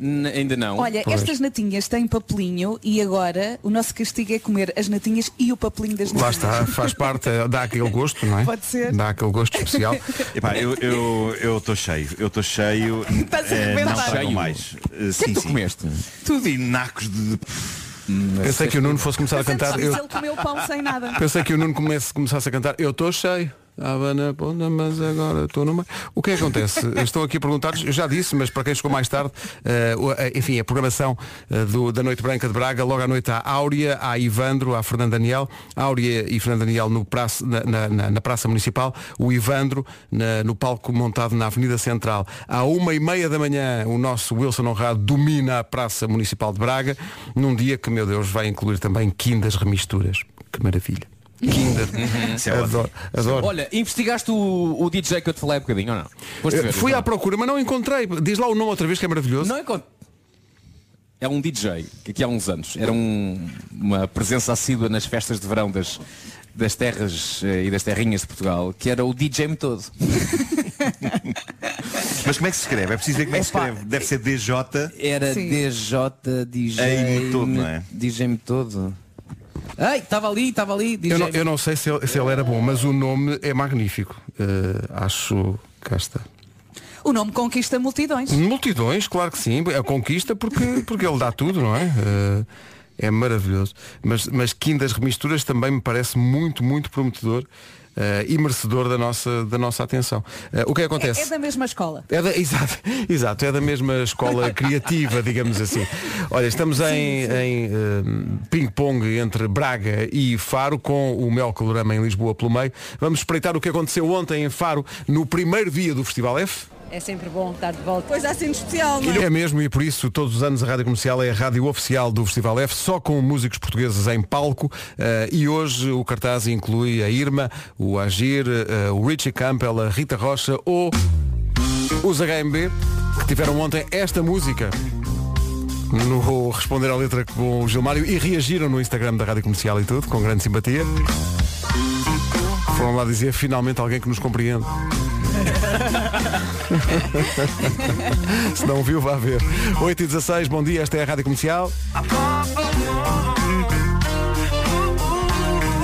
C: N- ainda não.
E: Olha,
B: Pois.
E: estas natinhas têm papelinho e agora o nosso castigo é comer as natinhas e o papelinho das natinhas.
B: Lá está, faz parte, eh, dá aquele gosto, não é?
H: Pode ser.
B: Dá aquele gosto especial.
F: Epá, eu estou eu, tô cheio, eu estou cheio.
H: Estás
F: eh, não
H: arrebentado.
F: pagam
C: Cheio?
F: mais. Eh,
C: O que é que
F: sim,
C: tu
F: sim.
C: comeste?
F: Tudo e nacos de.
B: Pensei
E: é
B: que o Nuno fosse começar a cantar.
H: Mas
B: eu-
H: ele comeu pão sem nada.
B: Pensei que o Nuno comece, começasse a cantar Eu estou cheio, Estava na ponta, mas agora estou numa. O que é que acontece? Estão aqui perguntados, eu já disse, mas para quem chegou mais tarde, eh, o- eh, enfim, a programação eh, do- da Noite Branca de Braga, logo à noite há Áurea, há Ivandro, há Fernando Daniel, Áurea e Fernando Daniel no praça, na, na- na- na Praça Municipal, o Ivandro na- no palco montado na Avenida Central. À uma e meia da manhã, o nosso Wilson Honrado domina a Praça Municipal de Braga, num dia que, meu Deus, vai incluir também quindas remisturas. Que maravilha. Kinder. adoro, adoro.
C: é Olha, investigaste o, o DJ que eu te falei há bocadinho ou não? Foste
B: Eh,
C: ver,
B: Fui
C: então.
B: à procura, mas não encontrei. Diz lá o nome outra vez que é maravilhoso.
C: Não encontro. É um DJ que aqui há uns anos era um- uma presença assídua nas festas de verão das, das terras eh, e das terrinhas de Portugal, que era o DJ -me todo.
F: Mas como é que se escreve? É preciso ver como é que se
C: Epá.
F: escreve. Deve ser DJ.
C: Era DJ DJ.
F: Ei, todo, não é?
C: DJ-me todo. Ei, estava ali, estava ali. DJ
B: Eu não, eu não sei se ele, se ele era bom, mas o nome é magnífico. Eh, acho que está.
E: O nome conquista multidões.
B: Multidões, claro que sim. É A conquista porque, porque ele dá tudo, não é? Eh, é maravilhoso. Mas, mas Quindas Remisturas também me parece muito, muito prometedor eh, e merecedor da nossa, da nossa atenção. Eh, o que acontece?
E: É, é da mesma escola.
B: É da, exato, exato, é da mesma escola criativa, digamos assim. Olha, estamos em, em, hum, ping-pong entre Braga e Faro, com o Mel Calorama em Lisboa pelo meio. Vamos espreitar o que aconteceu ontem em Faro, no primeiro dia do Festival F.
K: É sempre bom estar de volta. Pois há
E: assim
K: sendo especial, não é?
B: É mesmo, e por isso todos os anos a Rádio Comercial é a rádio oficial do Festival F, só com músicos portugueses em palco. eh, e hoje o cartaz inclui a Irma, o Agir, eh, o Richie Campbell, a Rita Rocha ou os HMB, que tiveram ontem esta música. No Responder à Letra com o Gilmário e reagiram no Instagram da Rádio Comercial e tudo, com grande simpatia. Foram lá dizer finalmente alguém que nos compreende. Se não viu, vá ver. 8 e 16 bom dia, esta é a Rádio Comercial.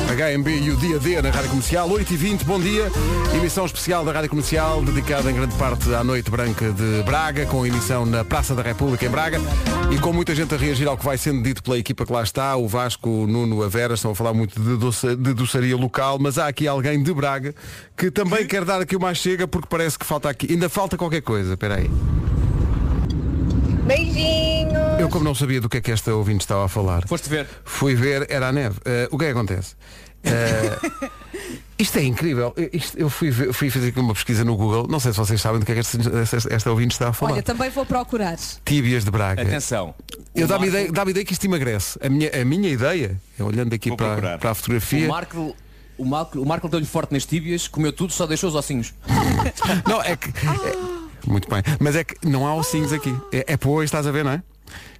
B: HMB e o dia D na Rádio Comercial, 8 e 20 bom dia. Emissão especial da Rádio Comercial, dedicada em grande parte à Noite Branca de Braga, com emissão na Praça da República em Braga. E com muita gente a reagir ao que vai sendo dito pela equipa que lá está, o Vasco, o Nuno, a Vera, estão a falar muito de, doce, de doçaria local, mas há aqui alguém de Braga que também quer dar aqui uma chega, porque parece que falta aqui, ainda falta qualquer coisa, espera aí.
L: Beijinho!
B: Eu como não sabia do que é que esta ouvinte estava a falar
C: Foste ver
B: Fui ver, era a neve Eh, O que é que acontece? Eh, isto é incrível Eu- isto- Eu fui, ver- fui fazer aqui uma pesquisa no Google Não sei se vocês sabem do que é que este- esta, esta ouvinte está a falar
E: Olha, também vou procurar.
B: Tíbias de Braga
C: tá- Atenção.
B: Eu
C: O
B: dá-me
C: Marco-
B: ideia, dá-me ideia que isto emagrece A minha, a minha ideia, eu olhando aqui para, para a fotografia
C: O Marco, o Marco, o Marco deu-lhe forte nas tíbias, comeu tudo, só deixou os ossinhos.
B: Não, é que. é- muito bem. Mas é que não há ossinhos aqui. É, é pois, estás a ver, não é?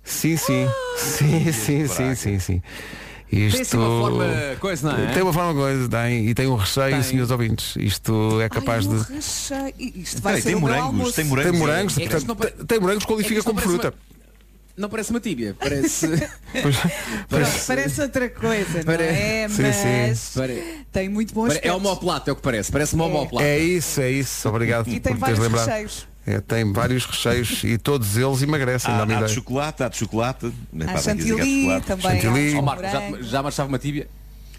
B: Sim, sim. Sim, sim, sim, sim, sim. Isto...
C: assim uma forma coisa, não é?
B: Tem uma forma coisa, tem, e tem um recheio, senhores ouvintes. Isto é capaz de.
E: Recheio. Isto vai
B: Peraí,
E: ser
B: tem
E: o meu
B: morangos,
E: almoço.
B: tem morangos, Tem morangos, é. portanto,
C: isto não
B: pa- tem morangos que qualifica
C: é que isto não
B: como
C: parece uma- não parece uma tíbia, parece.
B: é. Parece-
E: Parece outra coisa, não é?
B: Sim,
E: Mas
B: sim.
C: Pare-
E: tem muito bom
C: pare- É
E: aspecto.
C: homoplato, é o que parece. Parece uma homoplata.
B: É isso, é isso. Obrigado por
E: E tem
B: me teres
E: vários
B: lembrado.
E: recheios.
B: É, tem vários recheios e todos eles emagrecem.
F: Há,
B: dá-me
F: Ah, há de
B: ideia.
F: chocolate, há de chocolate. Epá, daqui a
E: chantilly
F: dizer que há de
B: é
F: chocolate.
E: também, Chantilly. há
C: Oh, Marco, já,
E: morango.
C: já marchava uma tíbia?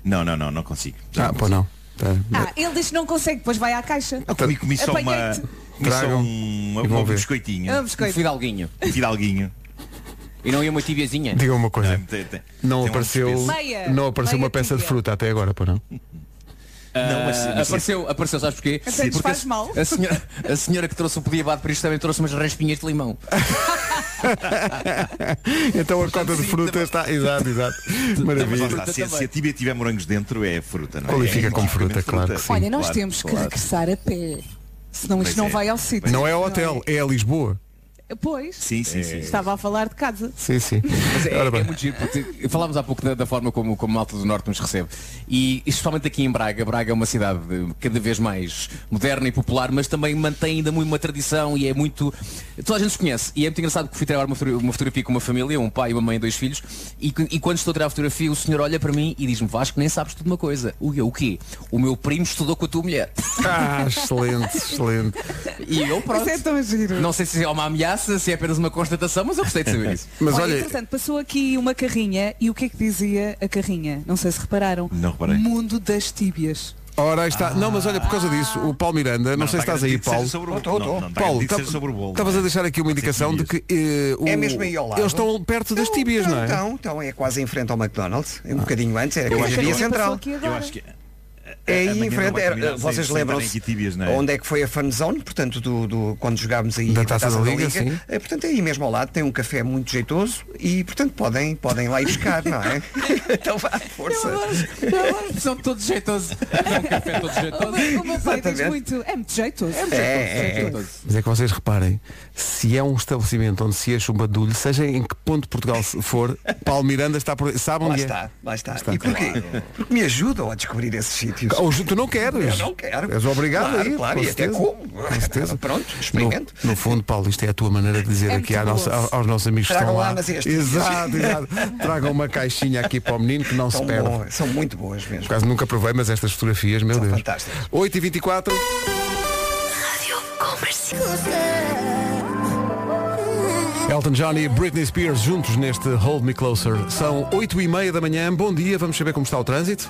F: Não, não, não, não consigo.
B: Ah, pô, não. Tá. Espera.
E: Ah, ele diz que não consegue, depois vai à caixa.
F: Ah, Comi, comi só uma,
E: Apanhei-te.
F: comi
B: Então,
F: só um-
B: Tragam
F: uma,
B: e vão
F: uma
B: ver.
F: biscoitinho.
E: Ah, biscoito.
F: Um
C: Fidalguinho.
F: Fidalguinho.
C: E não ia uma tibiazinha?
B: Diga uma coisa.
F: Não, tem- tem-
B: É. Não
F: tem um
B: apareceu,
F: desperdício.
E: Meia-
B: não apareceu
E: meia
B: uma peça de
E: tíbia.
B: fruta até agora, pô, não?
F: Não, mas-
C: Ah,
F: mas-
C: apareceu, apareceu, sabes porquê?
E: Até lhes Então, faz
C: a-
E: mal.
C: A senhora, a senhora que trouxe o poliabado para isto também trouxe umas raspinhas de limão.
B: Então a cota de fruta está. Exato, exato.
F: Mas lá
B: Maravilha.
F: está, se, se a tíbia tiver morangos dentro, é fruta, não é?
B: Qualifica
F: É
B: como fruta,
F: tipicamente
B: claro que sim.
E: Olha, nós
F: claro,
E: temos que
F: claro.
E: regressar a pé. Senão
F: Pois
E: isto não
F: é.
E: vai ao sítio.
B: Não é o hotel, é a Lisboa.
E: Pois.
F: Sim, sim, sim.
H: Estava a falar de casa.
B: Sim, sim.
C: Mas é,
B: Ora
C: é
B: bem.
C: muito giro, porque falámos há pouco da, da forma como, como a Malta do Norte nos recebe. E especialmente aqui em Braga, Braga é uma cidade cada vez mais moderna e popular, mas também mantém ainda muito uma tradição e é muito. Toda a gente se conhece. E é muito engraçado que fui tirar uma, foto- uma fotografia com uma família, um pai, uma mãe e dois filhos, e, que- e quando estou a tirar a fotografia, o senhor olha para mim e diz-me, Vasco, nem sabes tudo uma coisa. O eu, o quê? O meu primo estudou com a tua mulher.
B: Ah, excelente, excelente.
C: E eu pronto.
E: Isso é tão giro.
C: Não sei se é uma ameaça, se é apenas uma constatação, mas eu gostei de saber isso.
B: Mas
E: olha,
B: olha-
E: entretanto, passou aqui uma carrinha e o que é que dizia a carrinha? Não sei se repararam.
F: Não reparei.
E: Mundo das tíbias.
B: Ora, aí está. Não, mas olha, por causa disso, o Paulo Miranda, não,
F: Não,
B: sei se
F: está
B: estás aí,
F: garantido que
B: Paulo.
F: seja sobre o bolo. Não, não, está
B: Paulo,
F: garantido que
B: tá-
F: seja sobre o bolo.
B: estavas a deixar aqui uma indicação de que eh, o,
A: É mesmo aí ao lado.
B: eles estão perto das tíbias, não, é? Ah.
A: Então, então é quase em frente ao McDonald's, é um bocadinho antes, era
F: Eu
A: a
F: acho que
A: Via
F: não.
A: Central.
F: Eu acho que
A: É
F: a-
A: aí
F: amanhã
A: em
F: não
A: frente,
F: vai
A: era-
F: terminar sem-
A: vocês
F: sem estarem
A: lembram-se
F: aqui tíbias, não é?
A: onde é que foi a Fun Zone, portanto, do, do- quando jogámos aí
B: Da
A: a
B: Taça da Liga, sim.
A: É, portanto, é aí mesmo ao lado, tem um café muito jeitoso e, portanto, podem, podem ir lá ir buscar, não é? então vá, força.
C: São todos jeitosos. É um café todo jeitoso.
E: O meu, o meu pai diz
A: Exatamente.
E: muito, é muito jeitoso. É muito
B: Mas é que vocês reparem, se é um estabelecimento onde se enche um badulho, seja em que ponto de Portugal se for, Paulo Miranda está por Sabe
A: Lá
B: onde é?
A: está, lá está.
B: Está
A: E porquê? Porque me ajudam a descobrir esses sítios.
B: é? Ou ju- tu não
A: Eu
B: queres?
A: não quero.
B: És obrigado
A: Claro,
B: a ir.
A: claro,
B: com
A: e até
B: certeza.
A: como?
B: Com certeza.
A: Pronto, experimento.
B: No, no fundo, Paulo, isto é a tua maneira de dizer
A: É
B: aqui
A: muito
B: à nossa-
A: doce.
B: aos nossos amigos que
A: Tragam
B: estão
A: lá
B: lá.
A: nas estes.
B: Exato, exato. Tragam uma caixinha aqui para o menino que não
A: São
B: se perde.
A: boas, são muito boas mesmo.
B: Por acaso nunca provei, mas estas fotografias, meu Deus.
A: fantásticas.
B: 8h24. Elton John e Britney Spears juntos neste Hold Me Closer. São 8h30 da manhã. Bom dia, vamos saber como está o trânsito.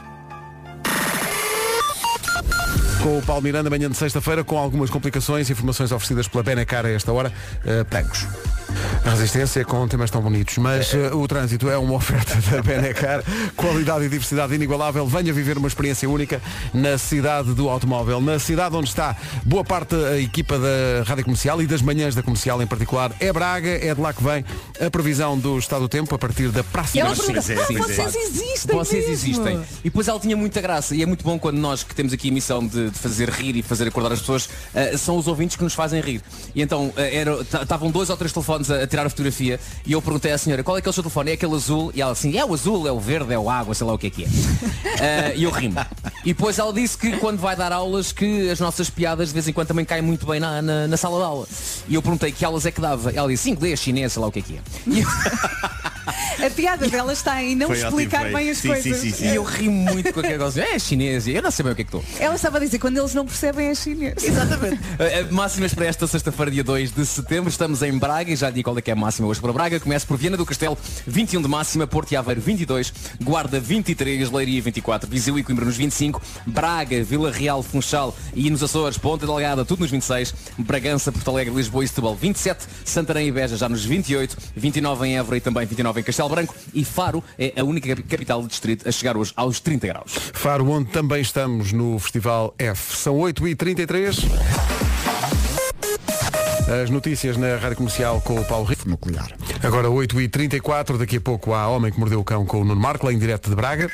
B: Com o Paulo Miranda, manhã de sexta-feira, com algumas complicações, informações oferecidas pela Benacar a esta hora, eh, Pecos. A resistência com temas tão bonitos, mas eh, o trânsito é uma oferta da Benacar, qualidade e diversidade inigualável. Venha viver uma experiência única na cidade do automóvel, na cidade onde está boa parte da equipa da Rádio Comercial e das manhãs da Comercial em particular. É Braga, é de lá que vem a previsão do estado do tempo a partir da
E: E
B: próxima
E: ela pergunta,
C: Sim, sim,
E: "Ah,
C: sim,
E: vocês
C: sim.
E: existem
C: Vocês
E: mesmo?"
C: existem. E depois ela tinha muita graça e é muito bom quando nós que temos aqui a missão de, de fazer rir e fazer acordar as pessoas, ah, são os ouvintes que nos fazem rir. E então ah, era- ta- estavam dois ou três telefones a, a tirar a fotografia e eu perguntei à senhora qual é que é o seu telefone? É aquele azul? E ela assim, é o azul, é o verde, é o água, sei lá o que é que é. Ah, e eu rimo. E depois ela disse que quando vai dar aulas que as nossas piadas de vez em quando também caem muito bem na, na- na sala de aula. E eu perguntei que aulas é que dava. Ela disse inglês, chinês, sei lá o que é que é. E eu-
E: A piada dela está em não
C: Foi ótimo,
E: explicar
C: foi.
E: bem as
C: Sim,
E: coisas.
C: sim, sim, sim. E eu ri muito com aquele negócio. É chinês, e eu não sei bem o que é que estou.
E: Ela estava a dizer, quando eles não percebem é chinês.
C: Exatamente. Uh, uh, Máximas para esta sexta-feira, dia 2 de setembro. Estamos em Braga e já digo qual é que é a máxima hoje para Braga. Começa por Viana do Castelo, 21 de máxima, Porto e Aveiro 22, Guarda 23, Leiria 24, Viseu e Coimbra nos 25, Braga, Vila Real, Funchal e nos Açores, Ponta Delgada, tudo nos 26, Bragança, Porto Alegre, Lisboa e Setúbal 27, Santarém e Beja já nos 28, 29 em Évora e também 29 em Castelo Branco e Faro é a única capital do distrito a chegar hoje aos 30 graus.
B: Faro, onde também estamos no Festival F. São 8h33. As notícias na Rádio Comercial com o Paulo Rico. Nuclear. Agora 8h34, daqui a pouco há Homem que Mordeu o Cão com o Nuno Marco, lá em direto de Braga.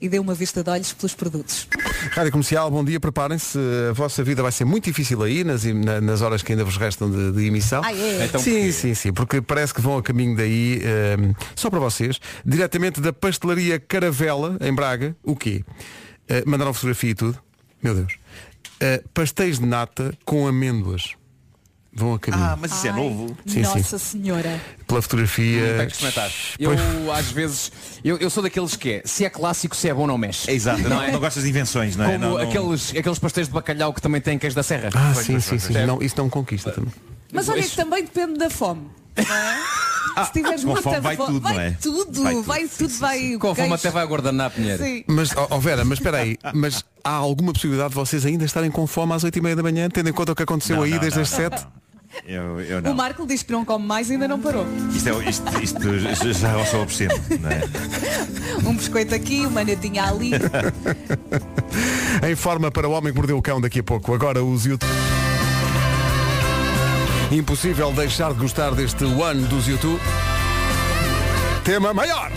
E: E deu uma vista de olhos pelos produtos.
B: Rádio Comercial, bom dia, preparem-se. A vossa vida vai ser muito difícil aí, nas, na- nas horas que ainda vos restam de, de emissão.
E: Ah, é? Então
B: sim, sim, sim, porque parece que vão a caminho daí, ehm, só para vocês, diretamente da pastelaria Caravela, em Braga. O quê? Eh, mandaram fotografia e tudo. Meu Deus. Eh, pastéis de nata com amêndoas. Vão a caminho.
F: Ah, mas isso é
E: Ai,
F: novo.
B: Sim,
E: Nossa Senhora.
B: Pela fotografia.
C: Hum, tem que experimentar. Eu
B: Pois,
C: às vezes, eu, eu sou daqueles que é, se é clássico, se é bom não mexe.
F: Exato, não, não gostas de invenções, não é?
C: Como
F: Não, não-
C: Aqueles, aqueles pastéis de bacalhau que também têm queijo da serra.
B: Ah, sim, sim, sim. Não, isso não conquista também.
E: Mas olha que também depende da fome. não é? Se tiveres
B: com
E: muita
B: fome vai
E: fome,
B: tudo, não
E: vai
B: é?
E: tudo,
B: Vai
E: vai
B: tudo,
E: tudo, vai o
C: Com fome
E: queijo.
C: até vai aguardando Pinheiro.
E: Sim.
B: Mas, ó ó Vera, mas espera aí, mas há alguma possibilidade de vocês ainda estarem com fome às 8h30 da manhã, tendo em conta o que aconteceu
F: Não,
B: aí
F: não,
B: desde
F: não,
B: as
F: não,
B: 7?
F: Eu, eu
E: O
F: não.
E: Marco diz que não come mais e ainda não parou.
F: Isto, é, isto, isto já é só obsceno, não é?
E: Um biscoito aqui, uma natinha ali.
B: em forma para o homem que mordeu o cão daqui a pouco. Agora os YouTube. Impossível deixar de gostar deste One dos YouTube. Tema maior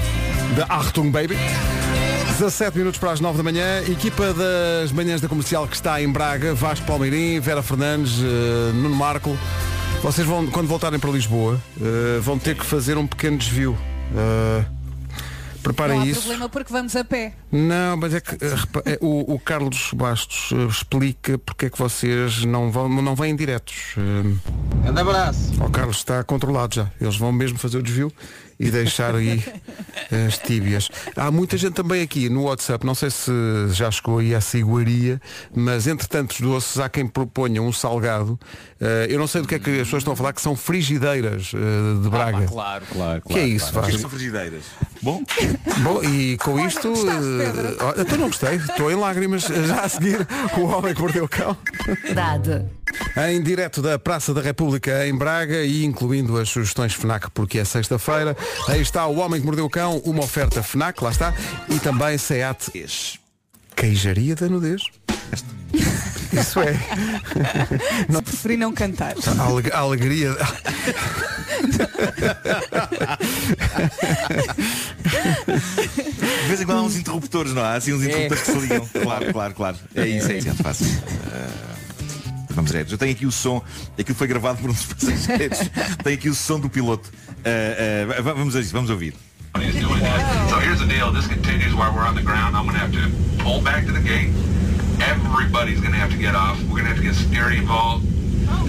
B: da Achtung Baby. 17 minutos para as 9 da manhã, equipa das manhãs da comercial que está em Braga, Vasco Palmeirim, Vera Fernandes, eh, Nuno Marco. Vocês vão, quando voltarem para Lisboa, eh, vão ter que fazer um pequeno desvio. Eh, preparem
E: não há
B: isso.
E: problema porque vamos a pé.
B: Não, mas é que eh, repa- eh, o, o Carlos Bastos eh, explica porque é que vocês não vão não vêm diretos. Eh, Oh,
L: Grande abraço.
B: O Carlos está controlado já. Eles vão mesmo fazer o desvio e deixar aí eh, as tíbias. Há muita gente também aqui no WhatsApp, não sei se já chegou aí essa iguaria, mas entre tantos doces há quem proponha um salgado. Eh, eu não sei do que é que as pessoas estão a falar, que são frigideiras eh, de Braga.
C: Ah, claro, claro,
B: Que é isso,
F: Porque
B: Vasco?
F: são frigideiras. Bom,
B: Bom, e com isto. eh, olha, então não gostei, estou em lágrimas. eh, Já a seguir, o homem que mordeu o cão.
D: Dado.
B: Em direto da Praça da República em Braga e incluindo as sugestões FNAC porque é sexta-feira. Aí está o Homem que Mordeu o Cão, uma oferta FNAC, lá está, e também SEAT. Queijaria da nudez. Isso é. Não-
E: Preferi não cantar.
B: a aleg- a alegria.
F: de vez em quando há uns interruptores, não há? Assim uns interruptores
I: É.
F: que se ligam. Claro, claro, claro. É isso, é isso. É fácil. Ah, Vamos ver, eu tenho aqui o som, aquilo foi gravado por um dos passageiros, tenho aqui o som do piloto. Ah, ah, va- vamos a isso, vamos ouvir.
L: So here's the deal. This continues while we're on the ground. I'm going to have to pull back to the gate. Everybody's going to have to get off. We're going to have to get security involved.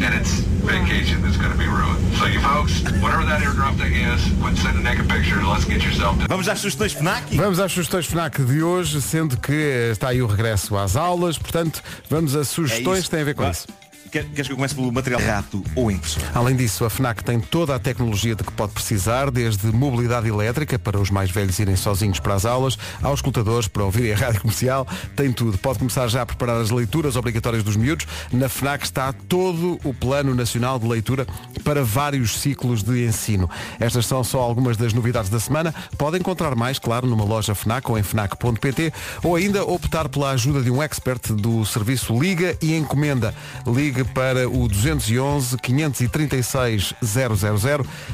L: And it's vacation that's going to be ruined. So you folks, whatever that airdrop thing is, would send a naked picture. Let's get yourself to...
F: Vamos às sugestões FNAC? É
B: Vamos às sugestões FNAC de hoje, sendo que está aí o regresso às aulas, portanto, vamos a
F: É
B: sugestões
F: isso.
B: que têm a ver com
F: Vá.
B: isso.
F: Quer- Queres que eu comece pelo material rato ou impressora?
B: Além disso, a FNAC tem toda a tecnologia de que pode precisar, desde mobilidade elétrica para os mais velhos irem sozinhos para as aulas, aos escutadores para ouvirem a rádio comercial, tem tudo. Pode começar já a preparar as leituras obrigatórias dos miúdos. Na FNAC está todo o Plano Nacional de Leitura para vários ciclos de ensino. Estas são só algumas das novidades da semana. Pode encontrar mais, claro, numa loja FNAC ou em FNAC.pt ou ainda optar pela ajuda de um expert do serviço Liga e Encomenda. Ligue para o 211 536 000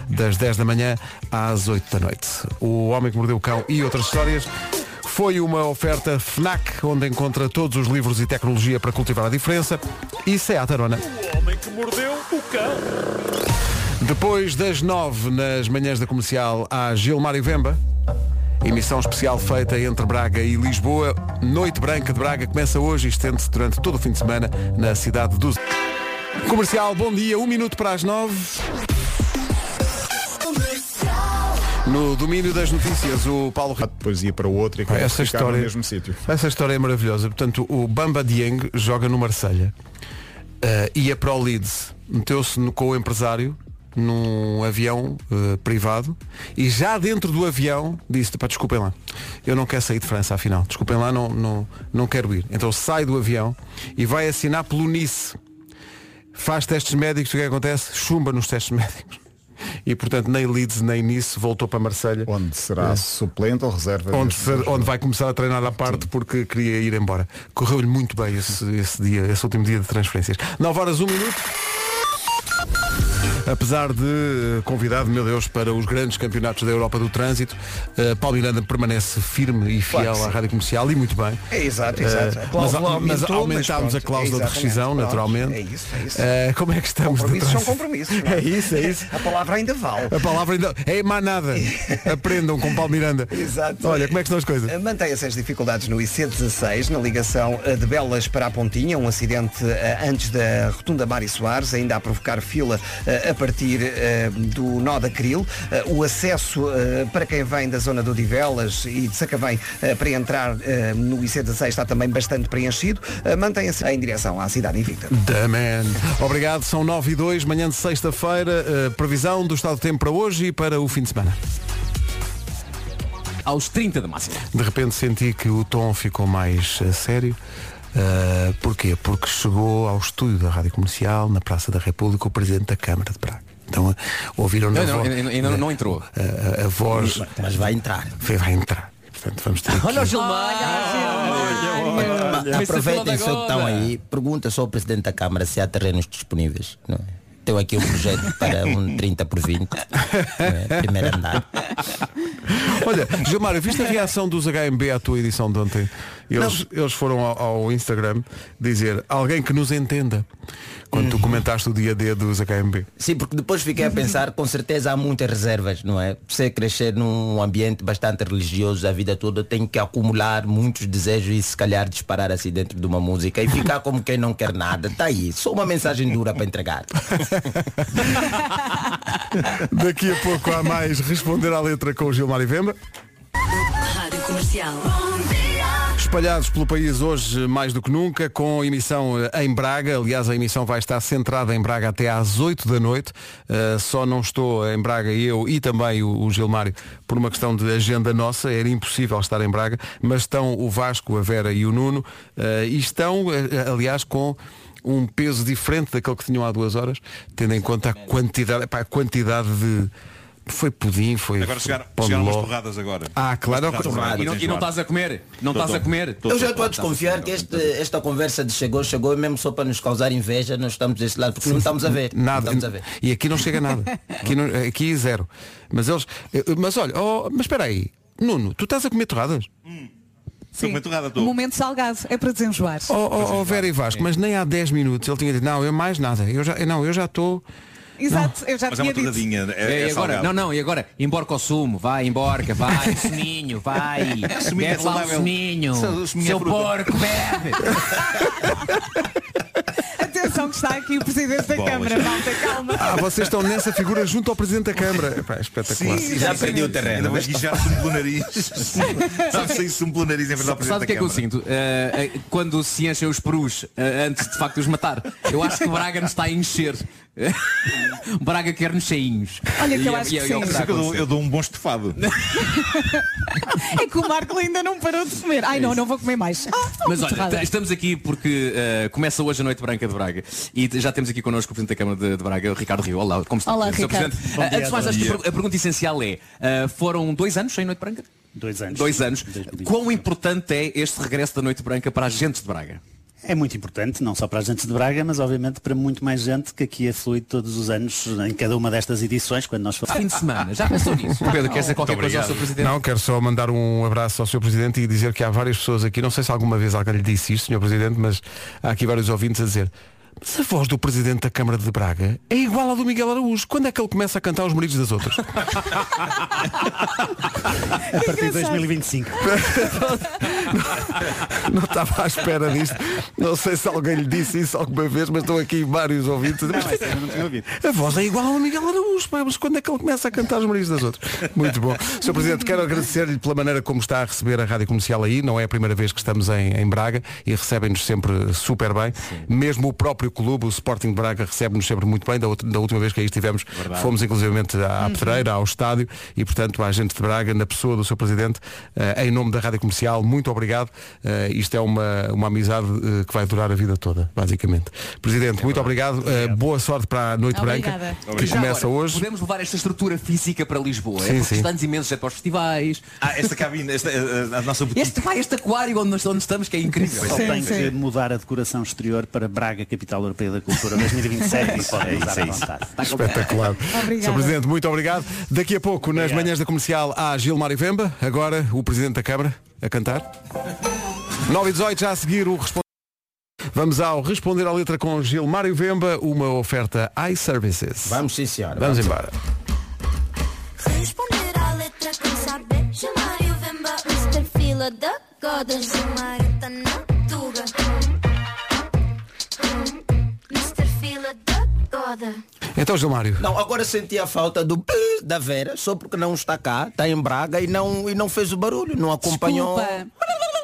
B: das 10 da manhã às 8 da noite. O Homem que Mordeu o Cão e outras histórias foi uma oferta FNAC, onde encontra todos os livros e tecnologia para cultivar a diferença. é E Seat Arona.
J: O homem que mordeu o cão.
B: Depois das nove nas manhãs da comercial há Gilmário Vemba. Emissão especial feita entre Braga e Lisboa. Noite Branca de Braga começa hoje e estende-se durante todo o fim de semana na cidade do... Comercial, bom dia. Um minuto para as nove. No domínio das notícias, o Paulo...
M: Depois ia para o outro e acabou
B: Essa
M: por ficar
B: história,
M: no mesmo sítio.
B: essa história é maravilhosa. Portanto, o Bamba Dieng joga no Marselha eh, ia para o Leeds, meteu-se no- com o empresário num avião eh, privado e já dentro do avião disse, pá, desculpem lá, eu não quero sair de França afinal, desculpem lá, não, não, não quero ir. Então sai do avião e vai assinar pelo Nice. Faz testes médicos, o que é que acontece? Chumba nos testes médicos. E portanto nem Leeds nem Nice voltou para Marselha. Onde
M: Será suplente ou reserva?
B: onde, se- onde vai começar a treinar à parte porque queria ir embora. Correu-lhe muito bem esse, esse dia, esse último dia de transferências. 9 horas, 1 minuto. Apesar de eh, convidado, meu Deus, para os grandes campeonatos da Europa do Trânsito, eh, Paulo Miranda permanece firme e fiel
A: Claro que
B: à
A: sim.
B: rádio comercial e muito bem.
A: É, exato, exato. A
B: Eh, mas,
A: cláusula
B: mas
A: aumentou, mas
B: aumentámos a
A: pronto, é
B: cláusula de
A: exatamente,
B: rescisão,
A: pronto.
B: naturalmente.
A: É isso, é isso.
B: Eh, como é que estamos? de
A: Compromissos são
B: trânsito?
A: compromissos. não
B: É isso, é isso.
A: A palavra ainda vale.
B: A palavra ainda é má nada. Aprendam com Paulo Miranda.
A: Exato.
B: Olha, como é que estão as coisas?
A: Eh, Mantém-se as dificuldades no IC16, na ligação eh, de Belas para a Pontinha, um acidente eh, antes da Rotunda Mari Soares, ainda a provocar fila eh, a partir eh, do nó da Cril. Eh, O acesso eh, para quem vem da zona do Divelas e de Sacavém eh, para entrar eh, no IC16 está também bastante preenchido. Eh, Mantém-se em direção à cidade invicta.
B: The man. Obrigado, são 9 e 2, manhã de sexta-feira, eh, previsão do estado do tempo para hoje e para o fim de semana.
C: Aos 30 de máximo.
B: De repente senti que o tom ficou mais eh, sério. Eh, porquê? Porque chegou ao estúdio da Rádio Comercial, na Praça da República, o Presidente da Câmara de Praga. Então eh, ouviram na
C: Não, não,
B: voz.
C: ainda- ainda não- não entrou.
B: A, a- a voz.
C: Mas- mas vai entrar.
B: Foi, vai entrar. Portanto, vamos ter.
N: Olha o Gilmar! Aproveitem se estão aí, pergunta só ao Presidente da Câmara se há terrenos disponíveis. Não é? Tenho aqui um projeto para um 30 por 20, não é? primeiro andar.
B: Olha, Gilmário, viste a reação dos HMB à tua edição de ontem? Eles, eles foram ao, ao Instagram dizer alguém que nos entenda quando tu comentaste o dia D dos HMB.
N: Sim, porque depois fiquei a pensar, com certeza há muitas reservas, não é? Você crescer num ambiente bastante religioso a vida toda, tem que acumular muitos desejos e se calhar Tá disparar assim dentro de uma música e ficar como quem não quer nada. Está aí, só uma mensagem dura para entregar.
B: Daqui a pouco há mais responder à letra com o Gilmar e Vembra.
D: Rádio Comercial.
B: Espalhados pelo país hoje mais do que nunca, com emissão eh, em Braga. Aliás, a emissão vai estar centrada em Braga até às 8 da noite. Eh, só não estou em Braga eu e também o, o Gilmário por uma questão de agenda nossa. Era impossível estar em Braga, mas estão o Vasco, a Vera e o Nuno. eh, e estão, eh, aliás, com um peso diferente daquele que tinham há duas horas, tendo em conta a quantidade, epá, a quantidade de. Foi pudim, foi.
F: Agora
B: foi
F: chegar,
B: pão de
F: chegaram umas
B: ló.
F: torradas agora.
B: Ah, claro,
F: Umas torradas,
C: E não, e não estás a comer? Não
F: Tô,
C: estás a
F: tô.
C: comer?
N: Eu já estou a desconfiar que este- esta conversa de chegou, chegou mesmo só para nos causar inveja, nós estamos deste lado, porque não estamos a ver. Não
B: Nada.
N: estamos a ver.
B: E aqui não chega nada. Aqui, não- aqui zero. Mas eles. Mas olha, oh, mas espera aí. Nuno, tu estás a comer torradas?
F: Estou com torrada,
E: Um
F: estou.
E: momento salgado, é para desenjoar.
B: Oh, oh, oh, Vera e Vasco, mas nem há 10 minutos ele tinha dito, não, eu mais nada. Eu já, eu não, eu já estou.
E: Exato, eu já
F: Mas é uma
E: tinha dito.
F: torradinha. É, é,
C: e agora?
F: salgado.
C: Não, não, e agora? Emborca o sumo, vai, emborca, vai, soninho, vai.
F: Suminho é
C: Bebe lá o
F: saudável.
C: soninho.
F: Sa- suminho é
C: Seu
F: fruta.
C: porco, bebe.
E: Atenção que está aqui o Presidente da
F: Bolas.
E: Câmara, malta, calma.
B: Ah, vocês estão nessa figura junto ao Presidente da Câmara. Epá, é espetacular.
N: Já perdi o terreno.
F: Ainda vou guijar sumo pelo nariz. Sabe sair sumo pelo nariz em vez de ao
C: Sabe
F: Presidente
C: sabe o que é que
F: da
C: eu sinto? Eh, eh, quando se enchem os perus eh, antes de facto os matar. Eu acho que o Braga nos está a encher. Braga quer-nos cheinhos.
E: Olha que
C: E
E: eu
C: é-
E: acho que
C: e é- e é o
E: sim.
C: que
F: Câmara.
C: está
F: Eu dou, eu
C: acontecendo.
F: dou um bom estofado.
E: É que o Marco ainda não parou de comer. Ai não, não vou comer mais. Ah, não,
C: Mas
E: muito
C: olha,
E: errado.
C: t- estamos aqui porque eh, começa hoje a Noite Branca de Braga e t- já temos aqui connosco o Presidente da Câmara de, de Braga, o Ricardo Rio. Olá, como está?
E: Olá,
C: Sr.
E: Ricardo.
C: Presidente?
O: Bom
C: Eh,
O: dia,
C: antes de mais,
O: bom
C: acho que a
O: dia.
C: per- a pergunta essencial é, eh, foram dois anos sem Noite Branca?
O: Dois anos.
C: Dois anos.
O: 2020.
C: Quão importante é este regresso da Noite Branca para a gente de Braga?
O: É muito importante, não só para a gente de Braga, mas obviamente para muito mais gente que aqui aflui todos os anos em cada uma destas edições, quando nós
C: Fim de semana, já pensou nisso?
E: Tá
C: Pedro, quer dizer qualquer
F: Muito
C: coisa ao
F: obrigado.
C: Sr. Presidente?
B: Não, quero só mandar um abraço ao Sr. Presidente e dizer que há várias pessoas aqui, não sei se alguma vez alguém lhe disse isto, Sr. Presidente, mas há aqui vários ouvintes a dizer, mas a voz do Presidente da Câmara de Braga é igual à do Miguel Araújo. Quando é que ele começa a cantar os maridos das outras?
O: a partir de 2025.
B: não estava à espera disto. Não sei se alguém lhe disse isso alguma vez, mas estão aqui vários ouvintes. a dizer, "Mas
O: Eu não tinha ouvido.
B: A voz é igual ao Miguel Araújo, pá, mas quando é que ele começa a cantar os maridos das outras? Muito bom. Sr. Presidente, quero agradecer-lhe pela maneira como está a receber a Rádio Comercial aí. Não é a primeira vez que estamos em, em Braga e recebem-nos sempre super bem. Mesmo o próprio clube, o Sporting de Braga, recebe-nos sempre muito bem. Da, outra- da última vez que aí estivemos, fomos inclusivamente à Pedreira, ao estádio e, portanto, à gente de Braga, na pessoa do Sr. Presidente, eh, em nome da Rádio Comercial, muito obrigado. Eh, isto é uma, uma amizade eh, que vai durar a vida toda, basicamente. Presidente, muito obrigado. Eh, boa sorte para a Noite
E: Obrigada.
B: Branca, que
C: Já
B: começa
C: agora,
B: hoje.
C: Podemos levar esta estrutura física para Lisboa.
B: Sim,
C: é
B: sim.
C: porque estamos imensos é para os festivais.
F: Ah, esta cabine, esta, eh, a, a- a nossa boutique.
C: Este vai, este aquário onde, nós- onde estamos, que é incrível.
O: Só tem que mudar a decoração exterior para Braga, capital europeia da cultura 2027 e podem usar à vontade.
B: Espetacular.
E: Obrigada.
B: Sr. Presidente, muito obrigado. Daqui a pouco, nas manhãs da comercial, há Gilmar e Vemba, agora o Presidente da Câmara, a cantar. 9 e 18, já a seguir o responde. Vamos ao Responder à Letra com Gilmar e Vemba, uma oferta iServices.
N: Vamos sim, senhora.
B: Vamos embora.
D: Responder à letra com saber chamar e o Vemba Mr. Fila da Goda Chamarita na Tuga Mr. Fila da Goda
B: Então, Gilmário.
N: Não, agora senti a falta do pi da Vera, só porque não está cá, está em Braga e não, e não fez o barulho, não acompanhou.
E: Desculpa.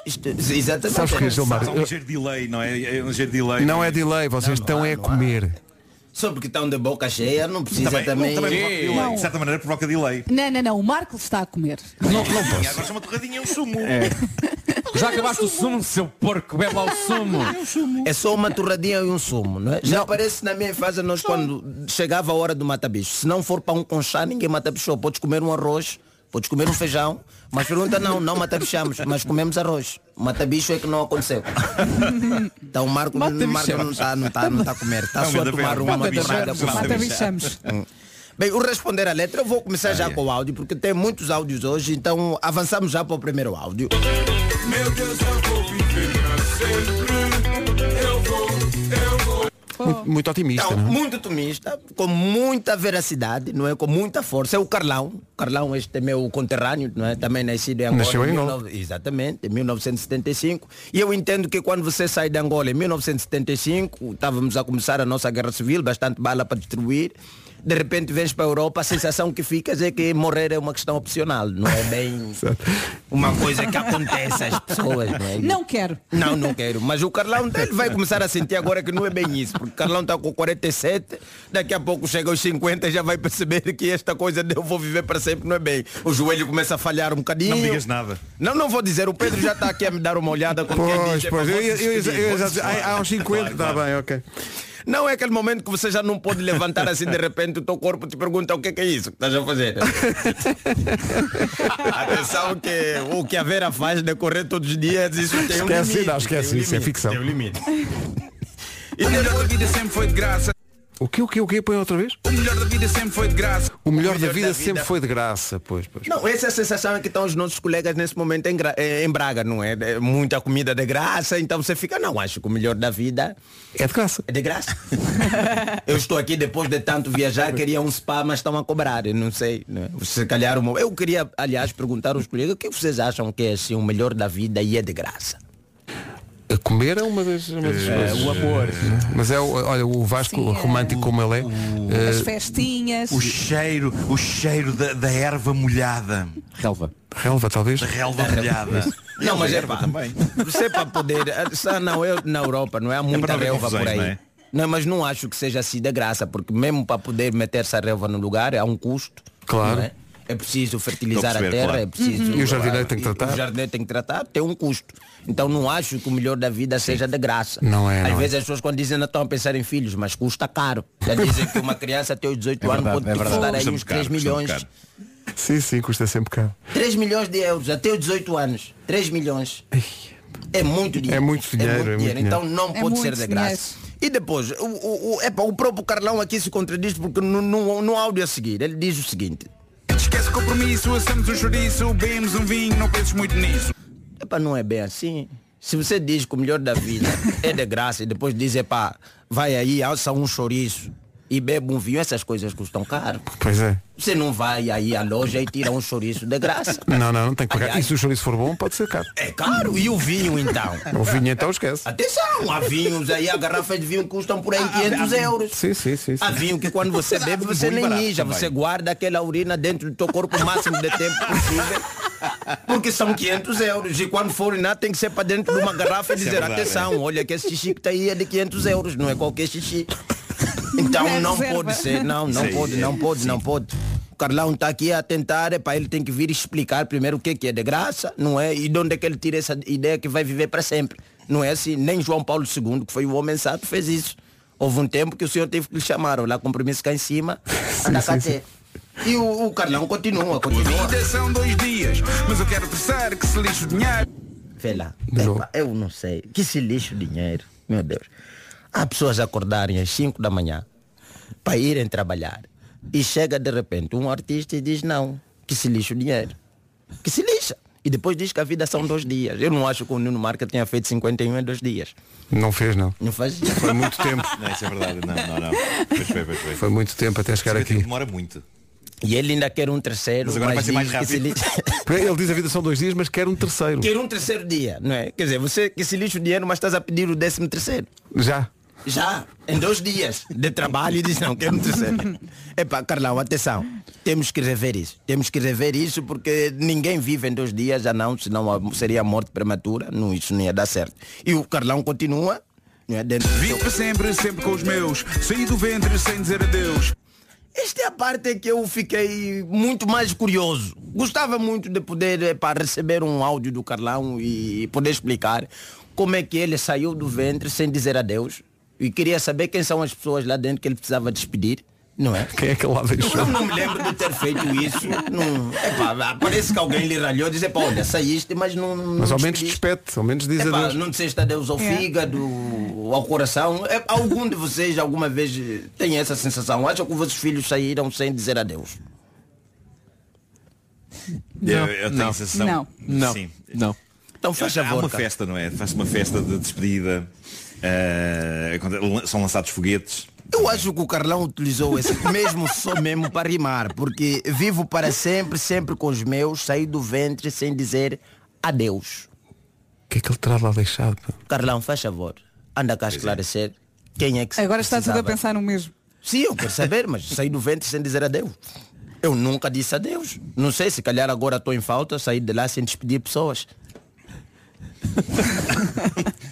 N: Isto- Exatamente.
B: Sabes porquê, Gilmar?
F: Há um ligeiro delay, não é? É um ligeiro delay.
B: Não é delay, vocês estão é a comer.
N: Só porque estão de boca cheia, não precisa
F: Também, um,
N: também.
F: também provoca delay.
E: Não.
F: De certa maneira provoca delay.
E: Não, não, não, o Marco está a comer.
B: Não, não
F: E
B: posso.
F: agora chama torradinha é um sumo.
C: Já acabaste o sumo, seu porco, bebe lá o sumo.
N: É só uma torradinha e um sumo, não é? Já parece na minha infância, nós quando chegava a hora do mata-bicho, se não for para um conchá, ninguém mata bicho. Podes comer um arroz, podes comer um feijão, mas pergunta não, não mata-bichamos, mas comemos arroz. Mata-bicho é que não aconteceu. Então o Marco, o Marco não está não tá, não tá a comer, está
F: Não,
N: só a
F: mas a
N: tomar
F: ver-
N: uma
F: mata-bichamos,
N: torrada com Hum.
F: mata-bichamos.
E: Mata bichamos.
N: Bem, o responder à letra, eu vou começar já com o áudio, porque tem muitos áudios hoje, então avançamos já para o primeiro áudio.
B: Muito, muito otimista,
N: Não,
B: não, é?
N: Muito otimista, com muita veracidade, não é? Com muita força. É o Carlão. Carlão, este é meu conterrâneo, não é? Também nascido em Angola.
B: Nasceu em Angola.
N: 19 Exatamente, em 1975. E eu entendo que quando você sai de Angola em 1975, estávamos a começar a nossa guerra civil, bastante bala para destruir. De repente vens para a Europa, a sensação que ficas é que morrer é uma questão opcional, não é bem uma coisa que acontece às pessoas, não é?
E: Não quero.
N: Não, não quero. Mas o Carlão ele vai começar a sentir agora que não é bem isso. Porque o Carlão está com 47, daqui a pouco chega aos 50 e já vai perceber que esta coisa de eu vou viver para sempre não é bem. O joelho começa a falhar um bocadinho.
F: Não me digas nada.
N: Não, não vou dizer. O Pedro já está aqui a me dar uma olhada qualquer
B: Pois,
N: dia.
B: pois,
N: Vou
B: eu ia- eu ia-
N: despedir,
B: eu ia
N: vou
B: já dizer,
N: despedir.
B: "Ai, aos 50, tá bem, ok.
N: Não é aquele momento que você já não pode levantar assim de repente o teu corpo te pergunta o que é, que é isso que estás a fazer. Atenção que o que a Vera faz decorrer todos os dias, isso tem um
B: Esquece,
N: limite.
B: não, esquece,
N: tem um
B: isso é
N: limite,
B: ficção.
N: Tem um limite. E melhor da vida sempre foi de graça.
B: O que, o que, o que? Põe outra vez?
N: O melhor da vida sempre foi de graça.
B: O melhor, da, vida sempre foi de graça, pois, pois.
N: Não, essa é a sensação que estão os nossos colegas nesse momento em, Gra- eh, em Braga, não é? É Muita comida de graça, então você fica, não, acho que o melhor da vida
B: é de graça.
N: É de graça. eu estou aqui depois de tanto viajar, queria um spa, mas estão a cobrar, eu não sei. Né? Se calhar uma... Eu queria, aliás, perguntar aos colegas o que vocês acham que é assim, o melhor da vida e é de graça.
B: A comer é uma das, uma das
O: É,
B: coisas.
O: o amor.
B: Mas é, o- olha, o Vasco
E: Sim, é.
B: romântico como ele é. eh,
E: As festinhas.
F: O cheiro, o cheiro da, da erva molhada.
C: Relva.
B: Relva, talvez?
F: Relva molhada.
N: Não, mas é
F: Relva
N: pá, você é para poder. ah, Não, eu na Europa não é há muita
F: para haver
N: relva por
F: confusões,
N: aí.
F: não
N: Não,
F: é?
N: mas não acho que seja assim da graça, porque mesmo para poder meter essa relva no lugar há um custo.
B: Claro.
N: não É? É preciso fertilizar
B: Estou a
N: a
B: perceber,
N: terra,
B: claro.
N: é preciso.
B: Uhum. E o jardineiro tem que
N: E-
B: tratar?
N: O jardineiro tem que tratar, tem um custo. Então não acho que o melhor da vida seja da graça.
B: Não é,
N: Às
B: não é.
N: vezes as pessoas quando dizem não estão a pensar em filhos, mas custa caro. Já dizem que uma criança até os 18
B: É
N: anos
B: verdade,
N: pode
B: é
N: te
B: verdade.
N: custar aí
B: Custa
N: uns
B: muito caro,
N: 3
B: custa muito
N: milhões.
B: caro. Sim, sim, custa sempre caro.
N: 3 milhões de euros até os 18 anos. 3 milhões. É muito dinheiro.
B: É muito dinheiro, é muito
N: Então
B: dinheiro.
N: não
B: É
N: pode
B: muito
N: ser de graça. E depois, o, o, o, epá, o próprio Carlão aqui se contradiz porque no, no, no áudio a seguir ele diz o seguinte.
P: Esquece o compromisso, assamos um chouriço, bebemos um vinho, não penses muito nisso.
N: Epá, não é bem assim. Se você diz que o melhor da vida é de graça e depois diz, epá, vai aí, alça um chouriço e bebe um vinho, essas coisas custam caro.
B: Pois é.
N: Você não vai aí à loja e tira um chouriço de graça.
B: Não, não, não tem que pagar.
N: Aliás-
B: E se o chouriço for bom, pode ser caro.
N: É caro. E o vinho então?
B: O vinho então esquece.
N: Atenção, há vinhos aí, a garrafa de vinho custam por
A: Ah,
N: aí 500 euros.
B: Sim, sim, sim. sim.
N: Há vinho que quando você bebe, você
B: Muito
N: nem
B: barato
N: mija,
B: também.
N: você guarda aquela urina dentro do teu corpo o máximo de tempo possível. Porque são 500 euros e quando for urinar tem que ser para dentro de uma garrafa e
A: Isso é
N: dizer,
A: verdade,
N: atenção, olha que esse xixi que está aí é de 500 euros, não é qualquer xixi. Então
A: É
N: não
A: reserva.
N: pode ser, não, não
A: Sim,
N: pode,
A: é,
N: não pode, não pode. O Carlão está aqui a tentar, é para ele tem que vir explicar primeiro o que, que é de graça, não é? E de onde é que ele tira essa ideia que vai viver para sempre. Não é assim, nem João Paulo II, que foi o homem sábio, fez isso. Houve um tempo que o senhor teve que lhe chamar, olha lá compromisso cá em cima, anda cá ter. E o, o Carlão continua, continua.
P: Vida são dois dias, mas eu quero terceiro que se lixe o dinheiro.
N: Vê lá. Epá, eu não sei. Que se lixe o dinheiro. Meu Deus. Há pessoas a acordarem às 5 da manhã para irem trabalhar. E chega de repente um artista e diz não, que se lixe o dinheiro. Que se lixa. E depois diz que a vida são dois dias. Eu não acho que o Nuno Marca tenha feito 51 em dois dias.
B: Não fez, não.
N: Não faz
B: Foi muito tempo.
F: Não, isso é verdade. Não, não, não. Pois foi, pois foi.
B: Foi muito tempo até chegar aqui.
F: Demora muito.
N: E ele ainda quer um terceiro.
F: Mas agora vai ser mais
N: diz que se
F: rápido.
N: lixe.
B: Ele diz a vida são dois dias, mas quer um terceiro.
N: Quer um terceiro dia, não é? Quer dizer, você que se lixa o dinheiro, mas estás a pedir o décimo terceiro.
B: Já.
N: Já, em dois dias de trabalho, diz não, quero um terceiro. Epá, Carlão, atenção, temos que rever isso. Temos que rever isso porque ninguém vive em dois dias, já não, senão a- seria a morte prematura, não, isso não ia dar certo. E o Carlão continua, não é dentro do
P: Vivo para sempre, sempre com os meus. Saí do ventre sem dizer adeus.
N: Esta é a parte que eu fiquei muito mais curioso. Gostava muito de poder para receber um áudio do Carlão e poder explicar como é que ele saiu do ventre sem dizer adeus. E queria saber quem são as pessoas lá dentro que ele precisava despedir. Não é?
B: Quem é que lá deixou?
N: Eu não me lembro de ter feito isso. Não... Epá, parece que alguém lhe ralhou e disse, "Epá, olha, saíste, mas não. não
B: Mas ao menos
N: despediste."
B: despete, ao menos diz
N: Epá,
B: adeus.
N: não disseste adeus ao
B: É.
N: fígado, ao coração. É, algum de vocês alguma vez eh, tem essa sensação? Acham que os vossos filhos saíram sem dizer adeus?
F: Eu, eu tenho
N: Não.
F: a sensação.
N: Não. Não.
F: Sim.
N: Não. Então faz
F: Há
N: favor,
F: uma
N: cara.
F: festa, não é? Faz uma festa de despedida. Ah, eh, são lançados foguetes.
N: Eu acho que o Carlão utilizou esse mesmo som mesmo para rimar, porque vivo para sempre, sempre com os meus, saí do ventre sem dizer adeus.
B: O que é que ele terá lá deixado? pá?
N: Carlão, faz favor, anda
B: é.
N: cá esclarecer quem é que se
H: Agora está tudo a
N: precisava.
H: pensar no mesmo.
N: Sim, eu quero saber, mas saí do ventre sem dizer adeus. Eu nunca disse adeus. Não sei, se calhar agora estou em falta, saí de lá sem despedir pessoas.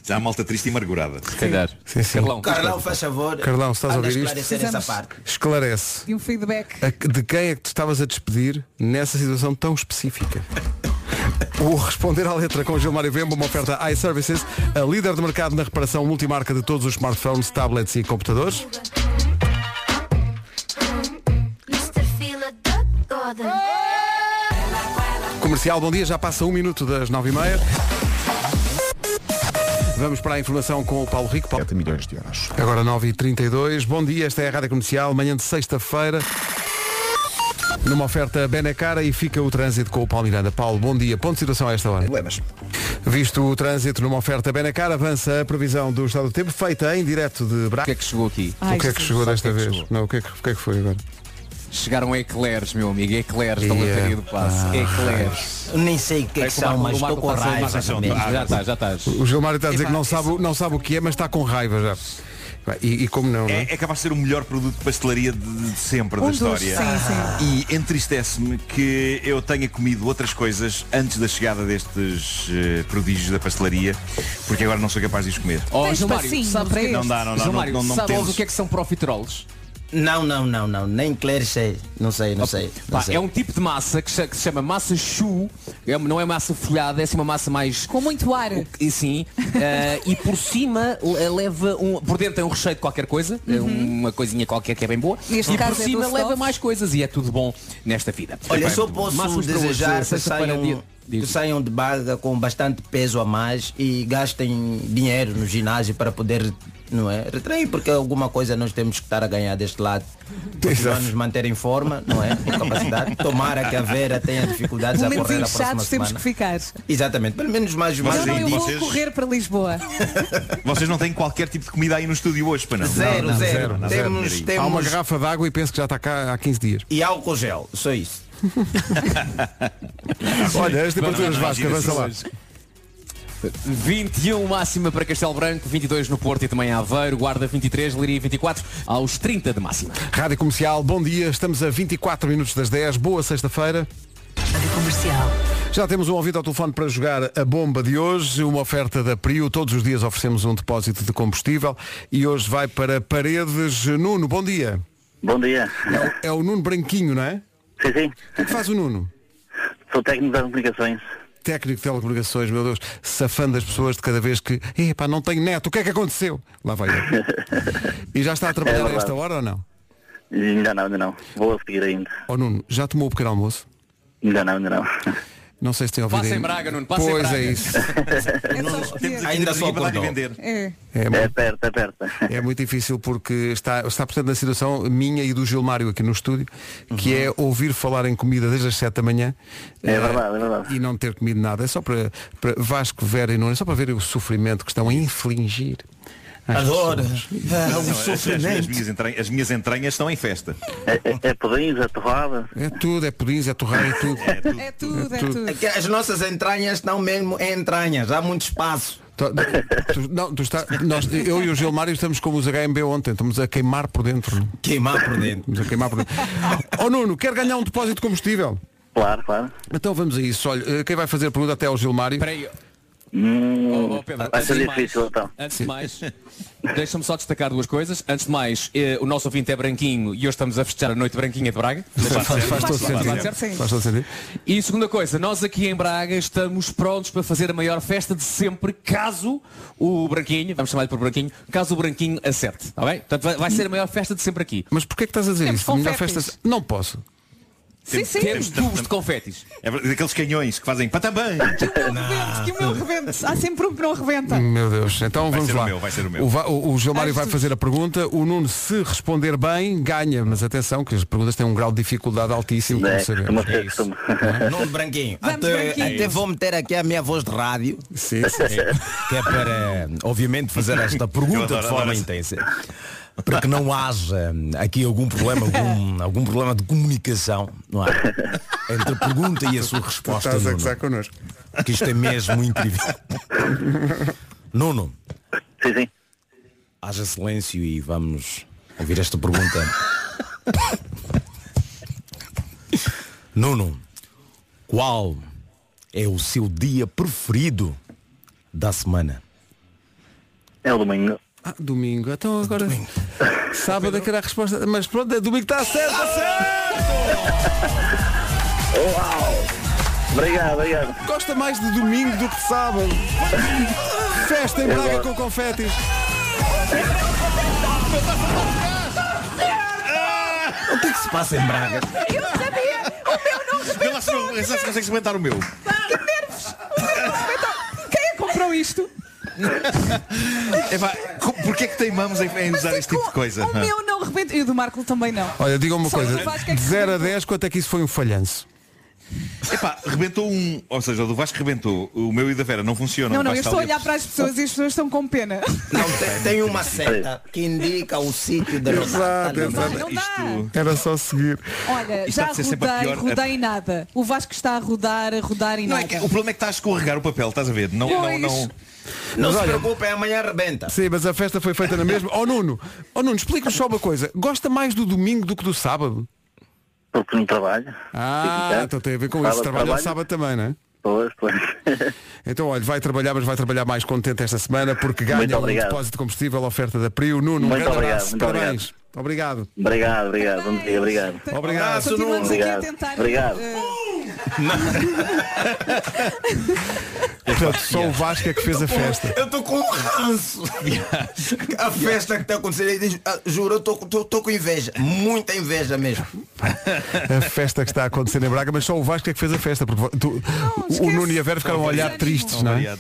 F: Já há malta triste e amargurada. Se
C: calhar.
B: Sim, sim.
N: Carlão, faz favor.
B: Carlão, estás a
N: anda
B: ouvir isto?
N: esclarecer essa parte.
B: Esclarece.
H: E um feedback.
B: A que- De quem é que tu estavas a despedir nessa situação tão específica? O Responder à Letra com Gilmário Vemba, uma oferta iServices, a líder de mercado na reparação multimarca de todos os smartphones, tablets e computadores.
D: Mr. Fila Duck Gordon.
B: Comercial, bom dia, já passa um minuto das nove e meia. Vamos para a informação com o Paulo Rico. 7 milhões de euros. Agora 9h32. Bom dia, esta é a Rádio Comercial, manhã de sexta-feira. Numa oferta Benecara e fica o trânsito com o Paulo Miranda. Paulo, bom dia. Ponto de situação a esta hora.
A: Problemas.
B: Visto o trânsito numa oferta Benacar, avança a previsão do estado do tempo, feita em direto de Braga. O que é
C: que chegou aqui?
B: o que é que chegou desta vez? Não, o que, é que, o que é que foi agora?
C: Chegaram eclairs, meu amigo, eclairs da lotaria do passo.
B: Ah.
C: Eclairs.
N: Eu nem sei o que é que são, mas estou com raiva. mesmo.
C: Já está, já tá. estás.
B: O Gilmário está a dizer que não sabe, não sabe o que é, mas está com raiva já. Vai, E, e como não, não é?
F: É, é capaz de ser o melhor produto de pastelaria de, de sempre
B: Um
F: da
B: dos,
F: história.
B: sim,
F: E entristece-me que eu tenha comido outras coisas antes da chegada destes eh, prodígios da pastelaria, porque agora não sou capaz de os comer.
C: Ó, Tens Gilmário, passinho sabes o que é que- para
F: Não dá, não dá,
C: Gilmário,
F: não, não, não
C: sabes
F: temos.
C: o que é que são profiteroles?
N: Não, não, não, não. Nem Claire sei. Não sei, não sei. não
C: Pá,
N: sei.
C: é um tipo de massa que, cha- que se chama massa chu, é- não é massa folhada, é assim uma massa mais.
H: Com muito ar.
C: E sim, eh, e por cima eh, leva um. Por dentro tem um recheio de qualquer coisa, eh, uma coisinha qualquer que é bem boa.
H: Neste
C: e
H: Uhum. caso
C: por
H: é
C: cima
H: doce
C: leva
H: doce.
C: mais coisas e é tudo bom nesta vida.
N: Olha,
C: Epá,
N: só
C: é muito bom.
N: posso
C: Massas para hoje,
N: desejar que
C: sexta-feira,
N: saiam,
C: dia-
N: que saiam de barca com bastante peso a mais e gastem dinheiro no ginásio para poder não é, retrair, porque alguma coisa nós temos que estar a ganhar deste lado. Continuar a nos manter em forma, não é? Com capacidade. Tomara que a Vera tenha dificuldades
F: é
H: Pelo menos
N: a correr a próxima
H: inchados temos
N: semana.
H: que ficar.
N: Exatamente, pelo menos mais,
H: Mas
N: mais
H: eu não eu
N: um dia.
H: vou correr para Lisboa.
F: Vocês não têm qualquer tipo de comida aí no estúdio hoje, para não?
N: Zero,
F: Não, não,
N: zero.
F: não,
N: Temos-
F: zero.
N: temos-
B: Há uma garrafa de água e penso que já está cá há 15 dias.
N: E álcool gel, só isso.
B: Olha, as temperaturas
C: Não, não, não,
B: vascas, avança lá.
C: 21 máxima para Castelo Branco, 22 no Porto e também em Aveiro, Guarda 23, Leiria 24, aos 30 de máxima.
B: Rádio Comercial, bom dia, estamos a 24 minutos das 10, boa sexta-feira.
Q: Comercial.
B: Já temos um ouvido ao telefone para jogar a bomba de hoje, uma oferta da Prio. Todos os dias oferecemos um depósito de combustível e hoje vai para Paredes. Nuno, bom dia.
R: Bom dia.
B: É o Nuno Branquinho, não é?
R: Sim, sim.
B: O que é que faz o Nuno?
R: Sou técnico das comunicações.
B: Técnico de telecomunicações, meu Deus, safando as pessoas de cada vez que, epá, não tenho neto, o que é que aconteceu? Lá vai ele. E já está a
R: É
B: trabalhar a
R: verdade.
B: esta hora ou não?
R: Ainda não, ainda não. Vou a seguir ainda.
B: Ó Nuno, já tomou o pequeno almoço?
R: Ainda não, ainda não.
B: Não sei se tem ouvido.
R: Passa em
B: ainda.
R: Braga, Nuno, passa em
B: pois
R: Braga.
B: é isso.
N: Ainda só acordou.
H: É.
B: É, muito,
R: Aperta, aperta.
B: é muito difícil porque está, está portanto na situação minha e do Gilmário aqui no estúdio, que é ouvir falar em comida desde as 7 da manhã
R: É
B: eh,
R: verdade, é verdade.
B: e não ter comido nada. É só para, para Vasco, Vera e Nuno, é só para ver o sofrimento que estão a infligir. às pessoas.
F: Não, é, as- as- As, minhas entranhas, as minhas entranhas estão em festa.
R: É, é pudim, é torrada.
B: É tudo, é pudins, é torrada, é tudo.
H: É tudo,
B: é tudo.
N: É que as nossas entranhas estão mesmo em entranhas, há muito espaço.
B: Tu- tu- não, tu está, nós, eu e o Gilmário estamos como os HMB ontem, estamos a queimar por dentro.
N: Queimar por dentro.
B: Estamos a queimar por dentro. Ó Nuno, quer ganhar um depósito de combustível?
R: Claro, claro.
B: Então vamos a isso. Olha, eh, quem vai fazer a pergunta até ao Gilmário?
R: Hum,
C: Oh, Pedro,
R: vai ser
C: antes de mais-
R: difícil então.
C: Antes de mais, deixa-me só destacar duas coisas. Antes de mais, eh, o nosso ouvinte é branquinho e hoje estamos a festejar a noite branquinha de Braga.
B: Faz, faz,
C: Faz
B: todo
C: certo. Faz
B: sentido.
C: certo.
B: Faz todo sentido.
C: E segunda coisa, nós aqui em Braga estamos prontos para fazer a maior festa de sempre, caso o Branquinho, vamos chamar-lhe por Branquinho, caso o Branquinho acerte, tá está bem? Portanto, vai, vai ser a maior festa de sempre aqui.
B: Mas porquê é que estás a dizer
C: Temos
B: isso? Melhor
C: confetes.
B: festa... Não posso.
F: Temos-
S: sim.
F: temos-
T: Temos tubos de confetis.
F: É verdade, Aqueles canhões que fazem patambã.
E: Que o meu rebente. Há sempre um que não rebenta.
B: Meu Deus, então
F: Vai
B: vamos
F: ser o
B: lá.
F: meu, vai ser o meu.
B: Va- o- o Gilmário vai
F: Vais tu.
B: fazer a pergunta, o Nuno, se responder bem, ganha, mas atenção que as perguntas têm um grau de dificuldade altíssimo, como sabemos. É isso.
A: Nome branquinho.
B: Vamos,
A: até,
B: branquinho.
A: até vou meter aqui a minha voz de rádio.
B: Sim,
N: sim, sim. Que é para, obviamente, fazer esta
A: Eu
N: pergunta
A: adoro,
N: de forma
A: adoro.
N: intensa. Para que não haja hum, aqui algum problema, algum, algum problema de comunicação, não é? Entre a pergunta e a sua resposta.
B: estás a
N: Nuno.
B: gozar connosco.
N: Que isto é mesmo incrível. Nuno.
C: Sim, sim.
N: Haja silêncio e vamos ouvir esta pergunta. Nuno, qual é o seu dia preferido da semana?
C: É o domingo.
B: Ah, domingo, então agora. Sábado é que era a resposta. Mas pronto, é domingo está certo, está certo!
C: Obrigado, obrigado.
B: Gosta mais de domingo do que de sábado. Festa em
C: Eu
B: Braga
C: gosto.
B: com confetes.
N: O que é que se passa em Braga?
C: Eu sabia! O meu
F: Vê lá se eu- se eu consegues aguentar o meu.
E: Ah,
C: Quem é que comprou isto?
F: Epá, co- porquê é que teimamos em, em usar este tipo de coisa?
E: O meu não rebenta. E o do Marco também não.
B: Olha, diga uma
E: Só
B: coisa,
E: o Vasco é
B: de
E: que
B: 0 a 10, quanto é que isso foi um falhanço?
F: Epá, rebentou um, ou seja, o do Vasco rebentou, o meu e da Vera não funciona.
E: Não, não, eu estou a olhar para as pessoas e as pessoas estão com pena.
A: Tem uma seta que indica o sítio da
B: Exato,
F: tá
B: exato. Era só seguir.
E: Olha,
F: Isto
E: já
F: há de ser sempre a
E: rodei,
F: pior-
E: rodei e nada. O Vasco está a rodar, a rodar e
F: Não,
E: nada.
F: é que- o problema é que está a escorregar o papel, estás a ver? Não, não,
E: Pois.
F: não.
A: Não se preocupem, amanhã arrebenta.
B: Sim, mas a festa foi feita na mesma. Ó Nuno, ó Nuno, explica-nos só uma coisa. Gosta mais do domingo do que do sábado?
C: Porque não trabalho.
B: Ah, então tem a ver com
C: Sábado
B: isso. Trabalha ao
C: trabalho.
B: sábado também, não é?
C: Pois, pois.
B: Então, olha, vai trabalhar, mas vai trabalhar mais contente esta semana porque ganha
C: Muito
B: um
C: obrigado.
B: depósito de combustível, oferta da Prio. Nuno, um
C: Muito
B: grande
C: obrigado,
B: abraço.
C: muito
B: Parabéns. Obrigado.
C: Obrigado, obrigado. Bom dia, obrigado.
B: Obrigado.
C: Continuamos aqui a tentar, Obrigado.
E: eh,
B: Portanto, só o Vasco é que
C: Tá
B: fez a festa.
A: Eu estou com um ranço. A festa que está acontecendo, aí, diz, ah, juro, eu estou com inveja. Muita inveja mesmo.
B: A festa que está a acontecer em Braga, mas só o Vasco é que fez a festa, porque tu- o Nuno e a Vera ficaram a um olhar tristes, não é?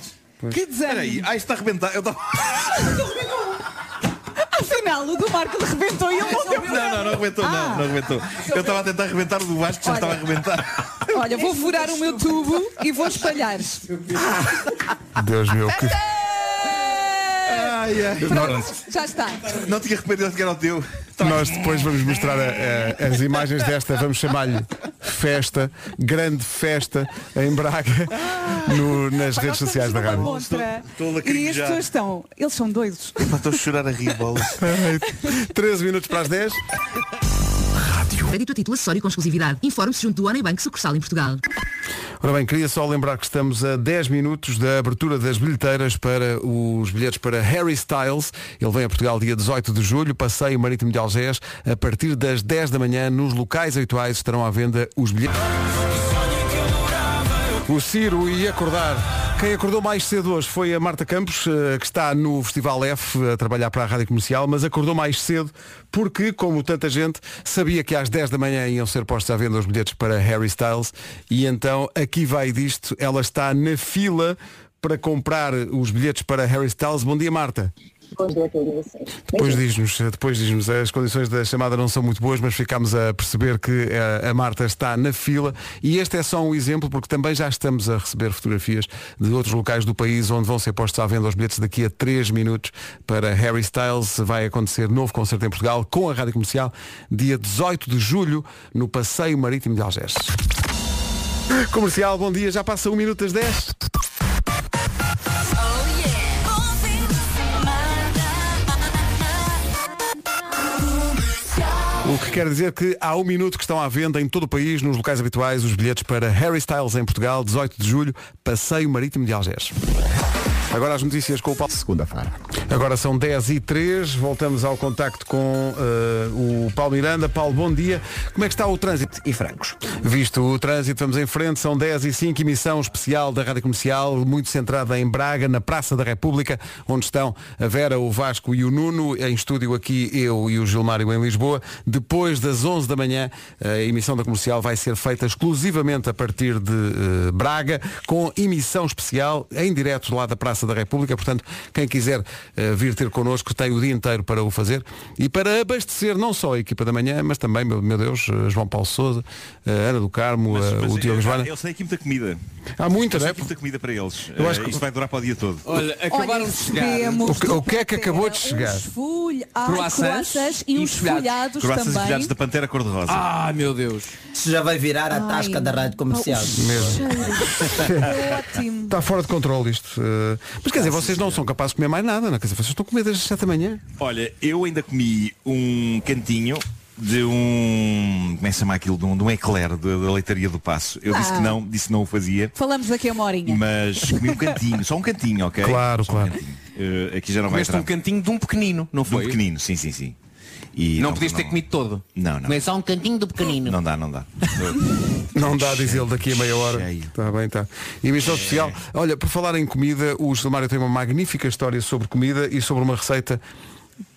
F: Que desânimo. Peraí, ah, isto está a arrebentar. Eu tava-
E: Afinal, o do Marco rebentou e ele não deu
F: Não, não, não arrebentou,
E: Ah.
F: não, não arrebentou. Eu estava a tentar arrebentar o do Vasco, que já estava a arrebentar.
E: Olha, vou furar o meu tubo e vou espalhar.
B: Ah, Deus meu, que...
F: Ai, ai.
E: Pronto, já está.
F: Não tinha arrependido que era o teu.
B: Nós depois vamos mostrar a- a- as imagens desta, vamos chamar-lhe festa, grande festa em Braga, no- nas redes sociais da rádio.
E: Contra.
F: estou a
E: E as
F: lacrimejar.
E: pessoas estão. Eles são doidos.
F: Epá, Estou a chorar a rir, bolas.
B: 13 minutos para as 10.
D: Crédito a título acessório com exclusividade. Informe-se junto do Banco sucursal em Portugal.
B: Ora bem, queria só lembrar que estamos a 10 minutos da abertura das bilheteiras para os bilhetes para Harry Styles. Ele vem a Portugal dia 18 de julho, passeio marítimo de Algés. A partir das 10 da manhã, nos locais habituais, estarão à venda os bilhetes. O Ciro ia acordar. Quem acordou mais cedo hoje foi a Marta Campos, eh, que está no Festival F a trabalhar para a Rádio Comercial, mas acordou mais cedo porque, como tanta gente, sabia que às 10 da manhã iam ser postos à venda os bilhetes para Harry Styles e então aqui vai disto, ela está na fila para comprar os bilhetes para Harry Styles. Bom dia, Marta. Depois diz-nos, depois diz-nos, as condições da chamada não são muito boas, mas ficámos a perceber que eh, a, Marta está na fila e este é só um exemplo porque também já estamos a receber fotografias de outros locais do país onde vão ser postos à venda os bilhetes daqui a 3 minutos para Harry Styles. Vai acontecer novo concerto em Portugal com a Rádio Comercial dia 18 de julho no Passeio Marítimo de Algés. Comercial, bom dia, já passa 1 minuto às 10.
F: Oh,
B: O que quer dizer que há um minuto que estão à venda em todo o país, nos locais habituais, os bilhetes para Harry Styles em Portugal, 18 de julho, Passeio Marítimo de Algés. Agora as notícias com o Paulo.
M: Segunda-feira.
B: Agora são 10 e 3 voltamos ao contacto com eh, o Paulo Miranda. Paulo, bom dia. Como é que está o trânsito?
A: E francos.
B: Visto o trânsito, vamos em frente. São 10 e 5 emissão especial da Rádio Comercial, muito centrada em Braga, na Praça da República, onde estão a Vera, o Vasco e o Nuno. Em estúdio aqui eu e o Gilmário em Lisboa. Depois das 11 da manhã, a emissão da Comercial vai ser feita exclusivamente a partir de eh, Braga, com emissão especial em direto lá da Praça da República. Portanto, quem quiser eh, vir ter connosco tem o dia inteiro para o fazer e para abastecer não só a equipa da manhã, mas também, meu, meu Deus, eh, João Paulo Souza, Ana do Carmo, eh, o Diogo Joana.
F: é, Eu sei aqui muita comida.
B: Há muita,
F: Eu
B: não
F: sei
B: é?
F: aqui muita comida para eles.
B: Eu acho
F: Eh,
B: que-
F: Isso vai durar para o dia todo.
C: Olha, acabaram de chegar.
B: O que, o que é que acabou de chegar?
H: Folha, ah,
C: Croissants
H: croissants e
C: e
H: uns
C: folhados.
H: folhados
F: Croaças e
H: também.
F: filhados da Pantera Cor-de-Rosa.
C: Ah, meu Deus.
N: Isso já vai virar a tasca da rádio comercial.
B: Mesmo.
H: Ótimo.
B: Está fora de controle isto. eh. Mas
F: Ah,
B: quer dizer, vocês não são capazes de comer mais nada, não? é? Quer dizer, vocês estão a comer desde as 7 da manhã.
F: Olha, eu ainda comi um cantinho de um. Como é que se chama aquilo? De um, de um eclair da, da leitaria do Passo. Eu disse
H: Ah.
F: que não, disse que não o fazia,
H: Falamos daqui a uma horinha.
F: mas comi um cantinho, só um cantinho, ok?
B: Claro, claro.
F: Eh, aqui já não vai
C: Comeste
F: entrar.
C: um cantinho de um pequenino, não
F: De um
C: foi?
F: pequenino, sim, sim, sim. E
C: Não podias ter comido todo.
F: Não, não.
C: Mas só um cantinho do pequenino.
F: Não dá, não dá.
B: Não dá, diz ele, daqui a meia hora. Está bem, está. Emissão especial. Olha, por falar em comida, o Gilmário tem uma magnífica história sobre comida e sobre uma receita.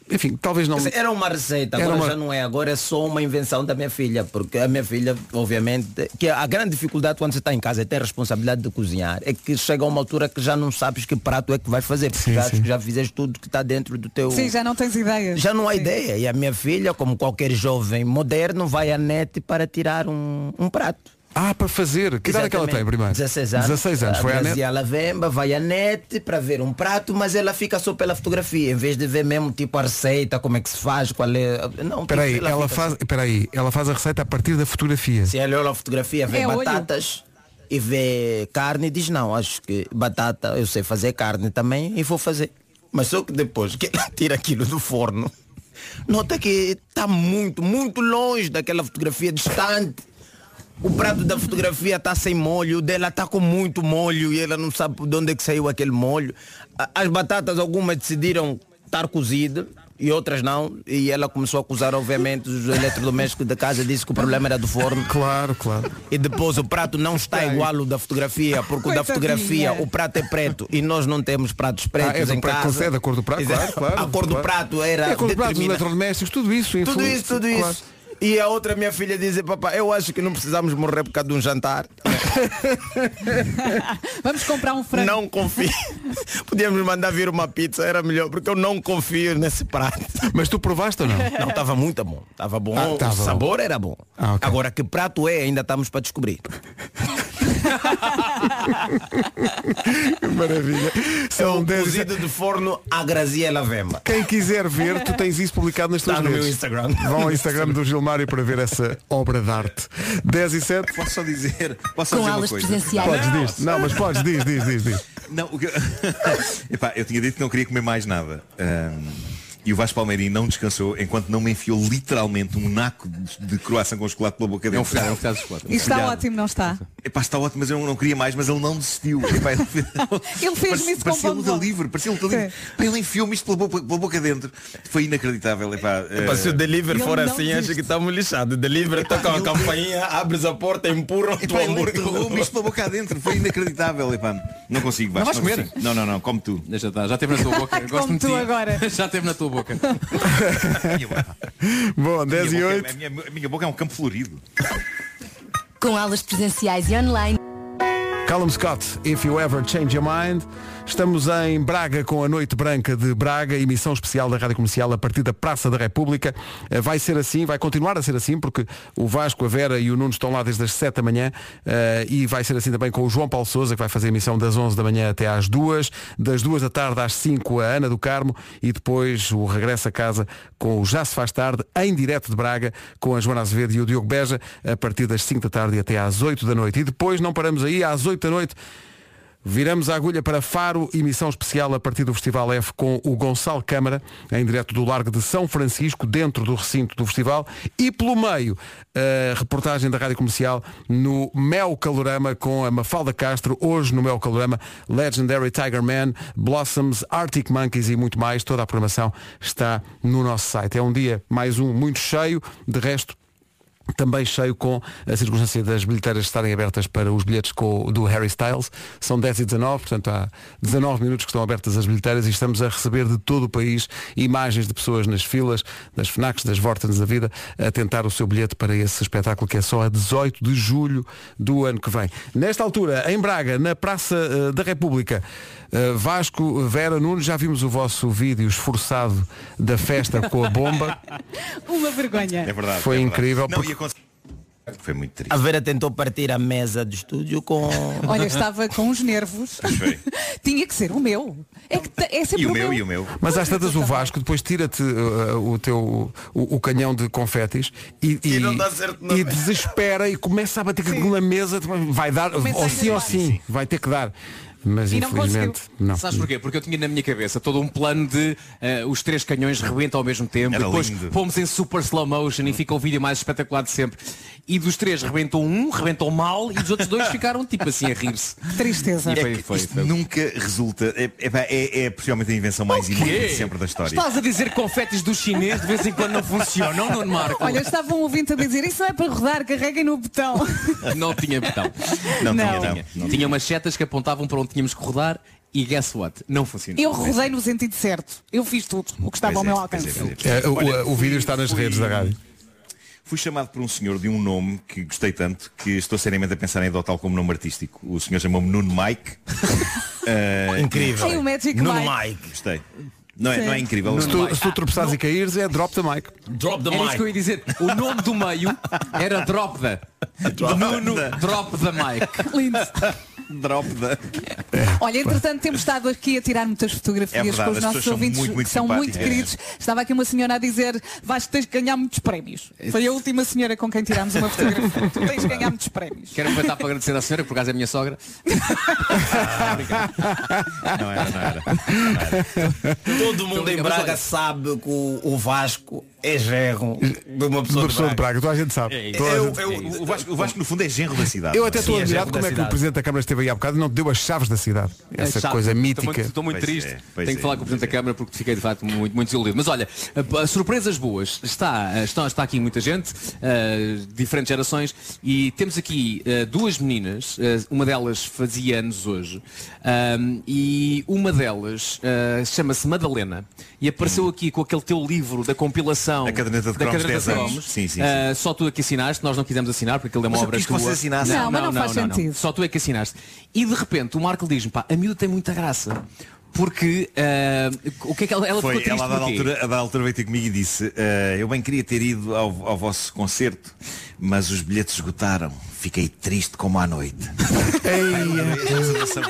B: Enfim, talvez não.
N: Quer dizer, é- Era uma receita,
B: Era
N: agora
B: uma-
N: já não é, agora é só uma invenção da minha filha, porque a minha filha, obviamente, que a grande dificuldade quando você está em casa e tem a responsabilidade de cozinhar é que chega a uma altura que já não sabes que prato é que vais fazer, porque já, acho que já fizeste tudo que está dentro do teu.
E: Sim, já não tens ideias.
N: Já não há ideia. E a minha filha, como qualquer jovem moderno, vai à net para tirar um, um prato.
B: Ah, para fazer. Que idade é que ela tem primeiro?
N: 16 anos.
B: 16 anos. Foi à net?
N: Ela vemba, vai à net para ver um prato, mas ela fica só pela fotografia, em vez de ver mesmo tipo a receita, como é que se faz, qual é. Não, tipo,
B: Peraí, ela
N: fica
B: faz, peraí, ela faz a receita a partir da fotografia.
N: Se ela olha a fotografia, vê
B: É olho.
N: batatas e vê carne e diz não, acho que batata, eu sei fazer carne também e vou fazer. Mas só que depois que ela tira aquilo do forno, nota que está muito, muito longe daquela fotografia distante. O prato da fotografia está sem molho, o dela está com muito molho e ela não sabe de onde é que saiu aquele molho. A- As batatas, algumas decidiram estar cozidas e outras não. E ela começou a acusar, obviamente, os eletrodomésticos da casa, disse que o problema era do forno.
B: Claro, claro.
N: E depois o prato não está igual ao da fotografia, porque o
B: Coitadinha.
N: da fotografia o prato é preto e nós não temos pratos pretos
B: Ah, é do
N: em
B: prato,
N: casa.
B: concede a cor do prato,
N: Exato.
B: claro, claro,
N: A cor do
B: claro.
N: prato era
B: É a cor do prato, dos
N: determina-
B: eletrodomésticos, tudo isso
N: Tudo
B: influi-
N: isso, tudo
B: claro.
N: isso. E a outra minha filha diz, papá, eu acho que não precisamos morrer por causa de um jantar.
H: Vamos comprar um frango.
N: Não confio. Podíamos mandar vir uma pizza, era melhor, porque eu não confio nesse prato.
B: Mas tu provaste ou não?
N: Não, estava muito bom. Estava bom.
B: Ah, tava
N: o
B: bom.
N: sabor era bom.
B: Ah, ok.
N: Agora que prato é, ainda estamos para descobrir.
B: Maravilha. um
N: São é o cozido de forno a Graziela Vemba.
B: Quem quiser ver, tu tens isso publicado nas tuas
N: Está Tá no
B: redes.
N: meu Instagram.
B: Vão ao Instagram do Gilmário para ver essa obra de arte. 10 e 7.
F: Posso só dizer. Posso
B: Com
F: só dizer uma
B: aulas
F: coisa?
B: presenciais. Podes, diz. Não, mas podes, diz, diz, diz, diz.
F: Não, o que... Epá, eu tinha dito que não queria comer mais nada. Ahm, E o Vasco Palmeirinho não descansou enquanto não me enfiou literalmente um naco de de croissant com chocolate pela boca dele. É um
C: folhado, é um folhado de chocolate.
H: Isto está ótimo, não está?
F: Epá, está ótimo, mas eu não queria mais, mas ele não desistiu. Epá, ele fez,
H: Ele fez-me isso com
F: parecia
H: bom
F: luta
H: humor.
F: livre, parecia luta livre. Epá, ele enfiou-me isto pela boca, pela boca dentro. Foi inacreditável. Epá, eh,
N: Epá, se o delivery for assim, acho que
F: estamos lixados. O delivery
N: toca uma campainha, abres a porta, empurra o teu
F: Epá, ele
N: hambúrguer.
F: enterrou-me isto pela boca dentro. Foi inacreditável. Epá, não consigo,
C: Não
F: Vasco.
C: vais comer?
F: consigo. Não, não, não, come tu.
C: Deixa estar, já teve na tua boca. Gosto
F: Como
C: muito
F: tu
C: de ti.
F: agora.
C: Já teve na tua boca.
B: Bom, 10 e
F: Minha boca é-
B: 8.
F: a minha- a minha boca é um campo florido.
U: Com aulas presenciais e online.
B: Callum Scott, If You Ever Change Your Mind. Estamos em Braga com a Noite Branca de Braga, emissão especial da Rádio Comercial a partir da Praça da República. Eh, Vai ser assim, vai continuar a ser assim, porque o Vasco, a Vera e o Nuno estão lá desde as 7 da manhã eh, e vai ser assim também com o João Paulo Souza, que vai fazer a emissão das 11 da manhã até às 2, das 2 da tarde às 5 a Ana do Carmo e depois o regresso a casa com o Já se faz tarde, em direto de Braga, com a Joana Azevedo e o Diogo Beja, a partir das 5 da tarde e até às 8 da noite. E depois não paramos aí, às 8 da noite Viramos a agulha para Faro, emissão especial a partir do Festival F com o Gonçalo Câmara, em direto do Largo de São Francisco, dentro do recinto do festival. E pelo meio, a reportagem da Rádio Comercial no Mel Calorama com a Mafalda Castro, hoje no Mel Calorama, Legendary Tiger Man, Blossoms, Arctic Monkeys e muito mais. Toda a programação está no nosso site. É um dia, mais um, muito cheio. De resto, também cheio com a circunstância das bilheteiras estarem abertas para os bilhetes co- do Harry Styles. São 10 e 19, portanto há 19 minutos que estão abertas as bilheteiras e estamos a receber de todo o país imagens de pessoas nas filas, das FNACs, das Vortens da vida, a tentar o seu bilhete para esse espetáculo que é só a 18 de julho do ano que vem. Nesta altura, em Braga, na Praça eh, da República, eh, Vasco, Vera, Nunes, já vimos o vosso vídeo esforçado da festa com a bomba.
H: Uma vergonha.
F: É verdade.
B: Foi
F: é verdade.
B: incrível,
F: Não,
B: porque-
F: e aconse- Foi muito triste.
N: A Vera tentou partir a mesa do estúdio com.
E: Olha, estava com os nervos. Tinha que ser o meu. É, que te- é sempre o meu.
B: Mas às tantas o Vasco depois tira-te uh, uh, o teu o, o canhão de confetes e, e, e desespera e começa a bater com aquilo na mesa, vai dar,
C: Começa a
B: ou sim ou
C: engasgar.
B: sim, vai ter que dar. Mas
C: E não
B: infelizmente não.
C: Sabes porquê? Porque eu tinha na minha cabeça todo um plano de eh, os três canhões rebentam ao mesmo tempo,
F: Era
C: depois
F: lindo.
C: pomos em super slow motion e fica o vídeo mais espetacular de sempre. E dos três rebentou um, rebentou mal e os outros dois ficaram tipo assim a rir-se.
E: Tristeza.
C: E foi-
F: É que
C: foi-
F: isto
C: foi-
F: nunca resulta. É, é, pá, é, é possivelmente a invenção mais inútil de sempre da história.
C: Estás a dizer que confetes do chinês de vez em quando não funcionam, não, Marco?
E: Olha, estava um ouvinte a dizer, isso não é para rodar, carreguem no botão.
C: Não tinha botão.
E: Não Não.
C: tinha.
E: tinha, não.
C: Tinha, umas setas que apontavam para onde tínhamos que rodar e guess what? Não funcionou.
E: Eu rodei no sentido certo. Eu fiz tudo o que estava ao
F: Pois é,
E: meu
F: pois é,
E: alcance.
F: pois é.
B: É, o-
F: Olha,
B: o vídeo está nas
F: fui-
B: redes da rádio.
F: Fui chamado por um senhor de um nome que gostei tanto que estou seriamente a pensar em adotá-lo como nome artístico. O senhor chamou-me Nuno Mike. Eh,
B: Incrível. Ai, o Magic Nuno Mike.
F: Gostei. Não é, não é incrível.
B: Se
F: Nuno
B: tu,
F: Mike.
B: se tu tropeçares e caíres é drop the mic.
N: Drop
C: Era isso É que eu ia dizer. O nome do meio era Drop the.
F: é
C: Nuno Drop the Mike.
E: Lindo.
F: Drop the.
E: Olha, entretanto temos estado aqui a tirar muitas fotografias
F: É verdade,
E: com os
F: as
E: nossos
F: pessoas são
E: ouvintes
F: muito, muito
E: que são muito
F: simpáticas.
E: queridos. Estava aqui uma senhora a dizer, vais tens de ganhar muitos prémios.
C: É.
E: Foi a última senhora com quem tirámos uma fotografia. tu tens de ganhar muitos prémios.
C: Quero aproveitar para agradecer à senhora, que por acaso é a minha sogra.
F: Não era, não era.
N: Todo mundo em Braga sabe que o, o Vasco é gerro de uma pessoa,
B: Uma pessoa de Braga, toda a gente sabe.
N: É isso.
B: Toda a
N: Eu-
B: gente-
F: Eu- o, Vasco, o Vasco, no fundo, é genro da cidade.
B: Eu até
F: não é?
B: estou admirado como é que o Presidente da Câmara esteve aí há bocado e não te deu as chaves da cidade.
C: É
B: Essa
C: chato.
B: coisa
C: Estou
B: mítica.
C: muito- Estou muito,
F: Pois
C: triste.
F: é, pois
C: Tenho
F: é,
C: que falar com o Presidente da Câmara porque fiquei de facto muito, muito desiludido. Mas olha, a- a surpresas boas. Está, eh, está, está aqui muita gente, eh, diferentes gerações, e temos aqui eh, duas meninas, eh, uma delas fazia anos hoje, ahm, e uma delas eh, chama-se Madalena, e apareceu aqui com aquele teu livro da compilação
F: Hum. A caderneta de
C: da
F: cromos, 10
C: caderneta de
F: anos.
C: cromos.
F: Sim, sim,
C: Eh, só tu é que assinaste, nós não quisemos assinar porque aquilo é uma
F: Mas eu
C: obra
F: quis que
C: tua.
F: vocês assinassem. Não, mas não faz sentido.
C: Só tu é que assinaste. E de repente o Marco diz-me, pá, a miúda tem muita graça. Porque ah, o que é que ela, ela
F: Foi,
C: ficou triste
F: ela a dada
C: porquê?
F: altura, a dada altura veio ter comigo e disse "Eh, Eu bem queria ter ido ao, ao vosso concerto Mas os bilhetes esgotaram Fiquei triste como à noite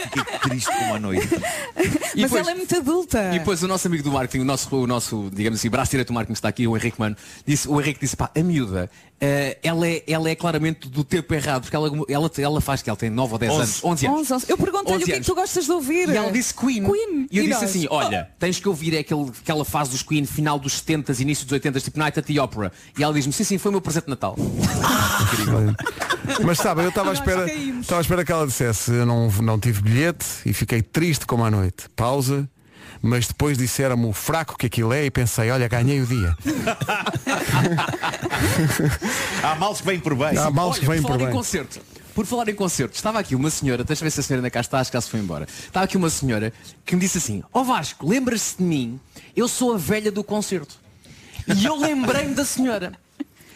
F: Fiquei triste como à noite
C: E
E: Mas
C: depois-
E: ela é muito adulta.
C: E depois o nosso amigo do marketing, o nosso, o nosso digamos assim, braço direito do marketing que está aqui, o Henrique Mano, disse, o Henrique disse, pá, a miúda, eh, ela, é, ela é claramente do tempo errado, porque ela, ela, ela faz que ela tem 9 ou 10 anos, 11 anos.
E: 11, 11. Eu perguntei-lhe
C: 11
E: o que é que
C: anos.
E: tu gostas de ouvir.
C: E ela disse Queen.
E: Queen.
C: E eu disse
E: nós?
C: assim, olha,
F: Oh.
C: tens que ouvir é aquele, aquela fase dos Queen, final dos 70s, início dos 80s, tipo Night at the Opera. E ela diz-me, sim, sim, foi o meu presente de Natal.
B: Mas sabem, eu estava à espera, estava à espera que ela dissesse, eu não, não tive bilhete e fiquei triste como à noite. Pausa. Mas depois disseram-me o fraco que aquilo é e pensei, olha, ganhei o dia.
F: Há males que vêm por bem
B: Há males que
C: Olha,
B: Ah, vêm
C: por
B: por
C: falar em
B: bem.
C: concerto. Por falar em concerto, estava aqui uma senhora, deixa eu ver se a senhora ainda cá está, acho que ela se foi embora. Estava aqui uma senhora que me disse assim, ó Vasco, lembras-se de mim? Eu sou a velha do concerto. E eu lembrei-me da senhora.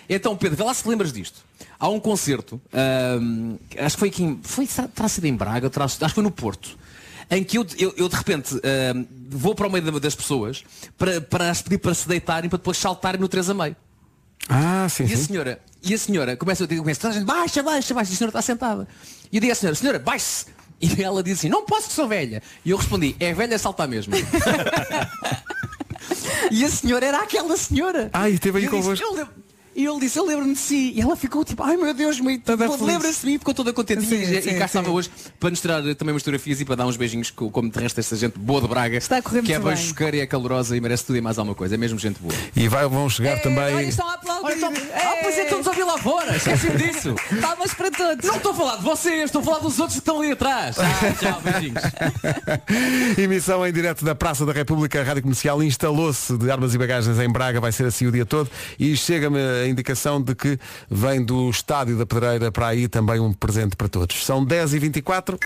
C: Então, Pedro, vê lá se lembras disto. Há um concerto, ahm, acho que foi aqui em, foi, será- terá sido em Braga, terá- acho que foi no Porto, em que eu, eu, eu, de repente ahm, vou para o meio da- das pessoas para, para as pedir para se deitarem, para depois saltarem no 3 a meio.
B: Ah, sim,
C: E a
B: sim.
C: senhora, e a senhora começa, eu digo, começa toda a gente, baixa, baixa, baixa, e a senhora está sentada. E eu digo à senhora, senhora, baixe-se. E ela diz assim, não posso que sou velha. E eu respondi, é velha saltar mesmo. e a senhora era aquela senhora.
B: Ah, e esteve aí
C: E eu disse,
B: convosco.
C: "Eu lembro-" E
V: E ele disse, eu lembro-me de si. E ela ficou tipo, ai meu Deus, muito
C: Toda
V: pô,
C: feliz.
V: lembra-se de mim, ficou toda contente.
C: E, e cá estava hoje para nos tirar eh, também umas fotografias e para dar uns beijinhos, co- como de resto esta gente boa de Braga. Está a
V: correr
C: Que é
V: muito bem.
C: beijoqueira e é calorosa e merece tudo e mais alguma coisa. É mesmo gente boa.
B: E vai, vão
E: É,
B: chegar também.
V: Olha, estão a aplaudir.
C: Ah, pois é, estamos a ouvir lá fora. Esqueci disso.
V: Palmas para todos.
C: Não estou a falar de vocês, estou a falar dos outros que estão ali atrás. Ah, tchau, beijinhos.
B: Emissão em direto da Praça da República, a Rádio Comercial instalou-se de armas e bagagens em Braga, vai ser assim o dia todo e chega-me a indicação de que vem do Estádio da Pedreira para aí também um presente para todos. São 10h24.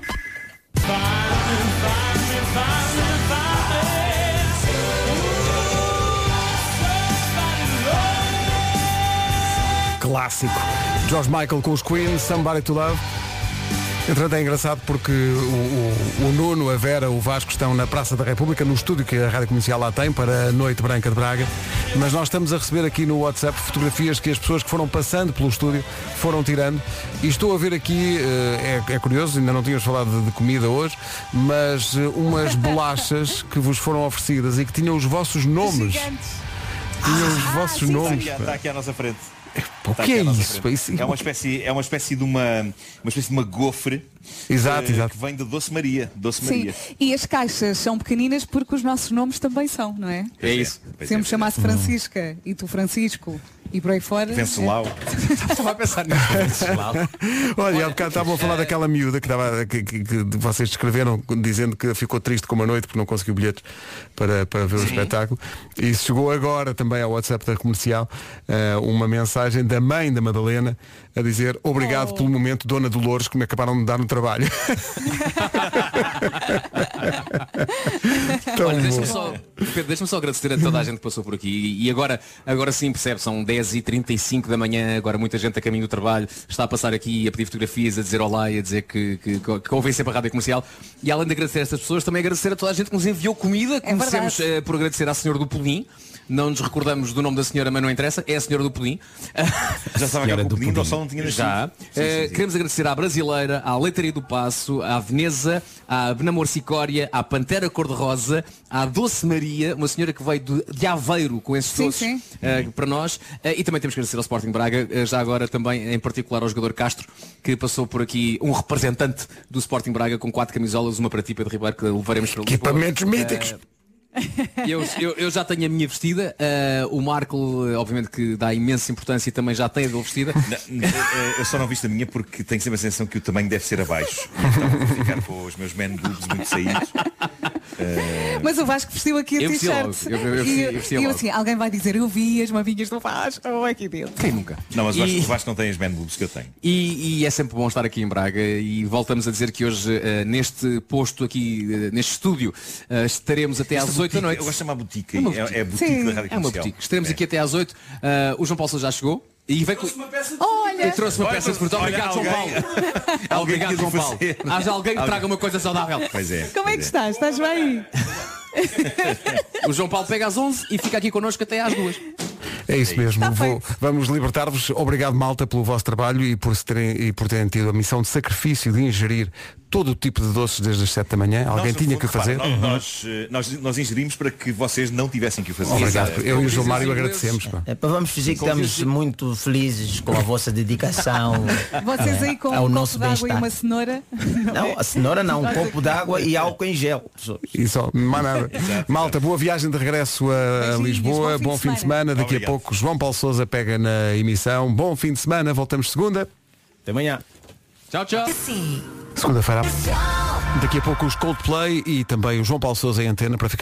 B: Clássico. George Michael com os Queen, Somebody to Love. Entretanto é engraçado porque o, o, o Nuno, a Vera, o Vasco estão na Praça da República, no estúdio que a Rádio Comercial lá tem para a Noite Branca de Braga, mas nós estamos a receber aqui no WhatsApp fotografias que as pessoas que foram passando pelo estúdio foram tirando e estou a ver aqui, eh, é, é curioso, ainda não tínhamos falado de, de comida hoje, mas eh, umas bolachas que vos foram oferecidas e que tinham os vossos nomes. Tinham os vossos
W: Está
B: nomes.
W: aqui,
B: pá.
W: está aqui à nossa frente.
B: Pá, O
W: Está
B: que
W: aqui
B: é
W: à nossa
B: isso?
W: frente.
B: pá? Isso-
W: É uma espécie, é uma espécie de uma, uma espécie de uma gofre
B: Exato,
F: É,
W: eh,
B: exato.
W: que vem de Doce Maria. Doce
E: Sim,
W: Maria.
E: e as caixas são pequeninas porque os nossos nomes também são, não é?
W: É isso.
E: Se eu me chamasse Francisca e tu Francisco e por aí fora.
W: Venceslau.
C: Estava a pensar nisso.
B: Olha, há bocado estavam a falar daquela miúda que, estava, que, que- que vocês descreveram dizendo que ficou triste com uma noite porque não conseguiu bilhetes para, para ver o espetáculo. E chegou agora também ao WhatsApp da comercial eh, uma mensagem da mãe da Madalena a dizer obrigado pelo momento, Dona Dolores, que me acabaram de dar no trabalho. Tão
C: Olha,
B: bom.
C: deixa-me só, Pedro, deixa-me só agradecer a toda a gente que passou por aqui. E, e agora, agora sim percebe, são 10h35 da manhã, agora muita gente a caminho do trabalho está a passar aqui a pedir fotografias, a dizer olá e a dizer que, que, que, que ouvem sempre a rádio comercial. E além de agradecer a estas pessoas, também agradecer a toda a gente que nos enviou comida. Comecemos eh, por agradecer à senhora do Pudim. Não nos recordamos do nome da senhora, mas não interessa, é a senhora do Pudim.
W: Já estava cá com o pedido ou só não tinha nascido?
C: Já.
W: Sim,
C: Eh,
W: sim, sim.
C: Queremos agradecer à Brasileira, à Leitaria do Passo, à Veneza, à Benamor Sicória, à Pantera Cor-de-Rosa, à Doce Maria, uma senhora que veio de, de Aveiro com esses doces eh, para nós. Eh, e também temos que agradecer ao Sporting Braga, eh, já agora também, em particular ao jogador Castro, que passou por aqui um representante do Sporting Braga com quatro camisolas, uma para ti, Pedro Ribeiro, que levaremos para Lisboa.
B: Equipamentos
C: Eh,
B: míticos.
C: eu, eu- eu já tenho a minha vestida. eh, o Marco, eh, obviamente, que dá imensa importância e também já tem a dele vestida.
W: Eh, Eu só não visto a minha porque tenho sempre a sensação que o tamanho deve ser abaixo. Então vou ficar com os meus man boobs muito saídos. Eh,
E: Mas o Vasco vestiu aqui a
W: Eu vesti
E: t-shirt.
W: logo, eu- eu vesti-
E: E
W: eu vesti
E: e eu
W: logo.
E: assim, alguém vai dizer, eu vi as mavinhas do Vasco Oh, é aqui dentro.
C: Quem nunca?
W: Não, mas o Vasco-
C: E-
W: o Vasco não tem as man boobs que eu tenho.
C: E, e é sempre bom estar aqui em Braga e voltamos a dizer que hoje eh, neste posto aqui, eh, neste estúdio, eh, estaremos até
W: Esta
C: às 8
W: boutique,
C: da noite.
W: eu gosto de chamar boutique,
C: É
W: é-
C: uma boutique.
W: é a boutique Sim. da Rádio
C: É uma
W: Comercial.
C: boutique. Estaremos aqui até às 8. Eh, o João Paulo Sousa já chegou e vem com...
E: Olha!
C: E trouxe uma
W: Olha,
C: peça de fruta.
W: olha,
C: Obrigado, João Paulo.
W: alguém-
C: Obrigado,
W: que
C: João
W: o
C: Paulo.
W: fazer.
C: Haja alguém que
W: Alguém-
C: traga uma coisa saudável.
W: Pois é.
E: Como é que estás? Estás bem?
C: O João Paulo pega às 11 e fica aqui connosco até às 2.
B: É isso mesmo. Vou- vamos libertar-vos. Obrigado, malta, pelo vosso trabalho e por, se terem, e por terem tido a missão de sacrifício de ingerir todo o tipo de doces desde as 7 da manhã. Alguém
W: Nós,
B: tinha
W: no
B: que o
W: fundo,
B: fazer.
W: repara, Nós, eh, nós, nós ingerimos para que vocês não tivessem que o fazer.
B: Obrigado. Eu e o João Mário agradecemos. pá.
N: É para vamos fingir que estamos muito felizes com a vossa dedicação.
E: Vocês aí com
N: ao
E: um copo
N: É nosso
E: de água e
N: bem-estar.
E: uma cenoura.
N: Não, a senhora não, um
E: Nós
N: copo d'água e álcool em gel.
B: E só, mais nada. Malta, boa viagem de regresso a Lisboa. Bom fim de semana. Daqui a
N: Obrigado.
B: pouco, João Paulo Souza pega na emissão. Bom fim de semana. Voltamos segunda.
N: Até amanhã.
C: Tchau, tchau.
B: Segunda-feira. Daqui a pouco os Coldplay e também o João Paulo Souza em antena para ficar.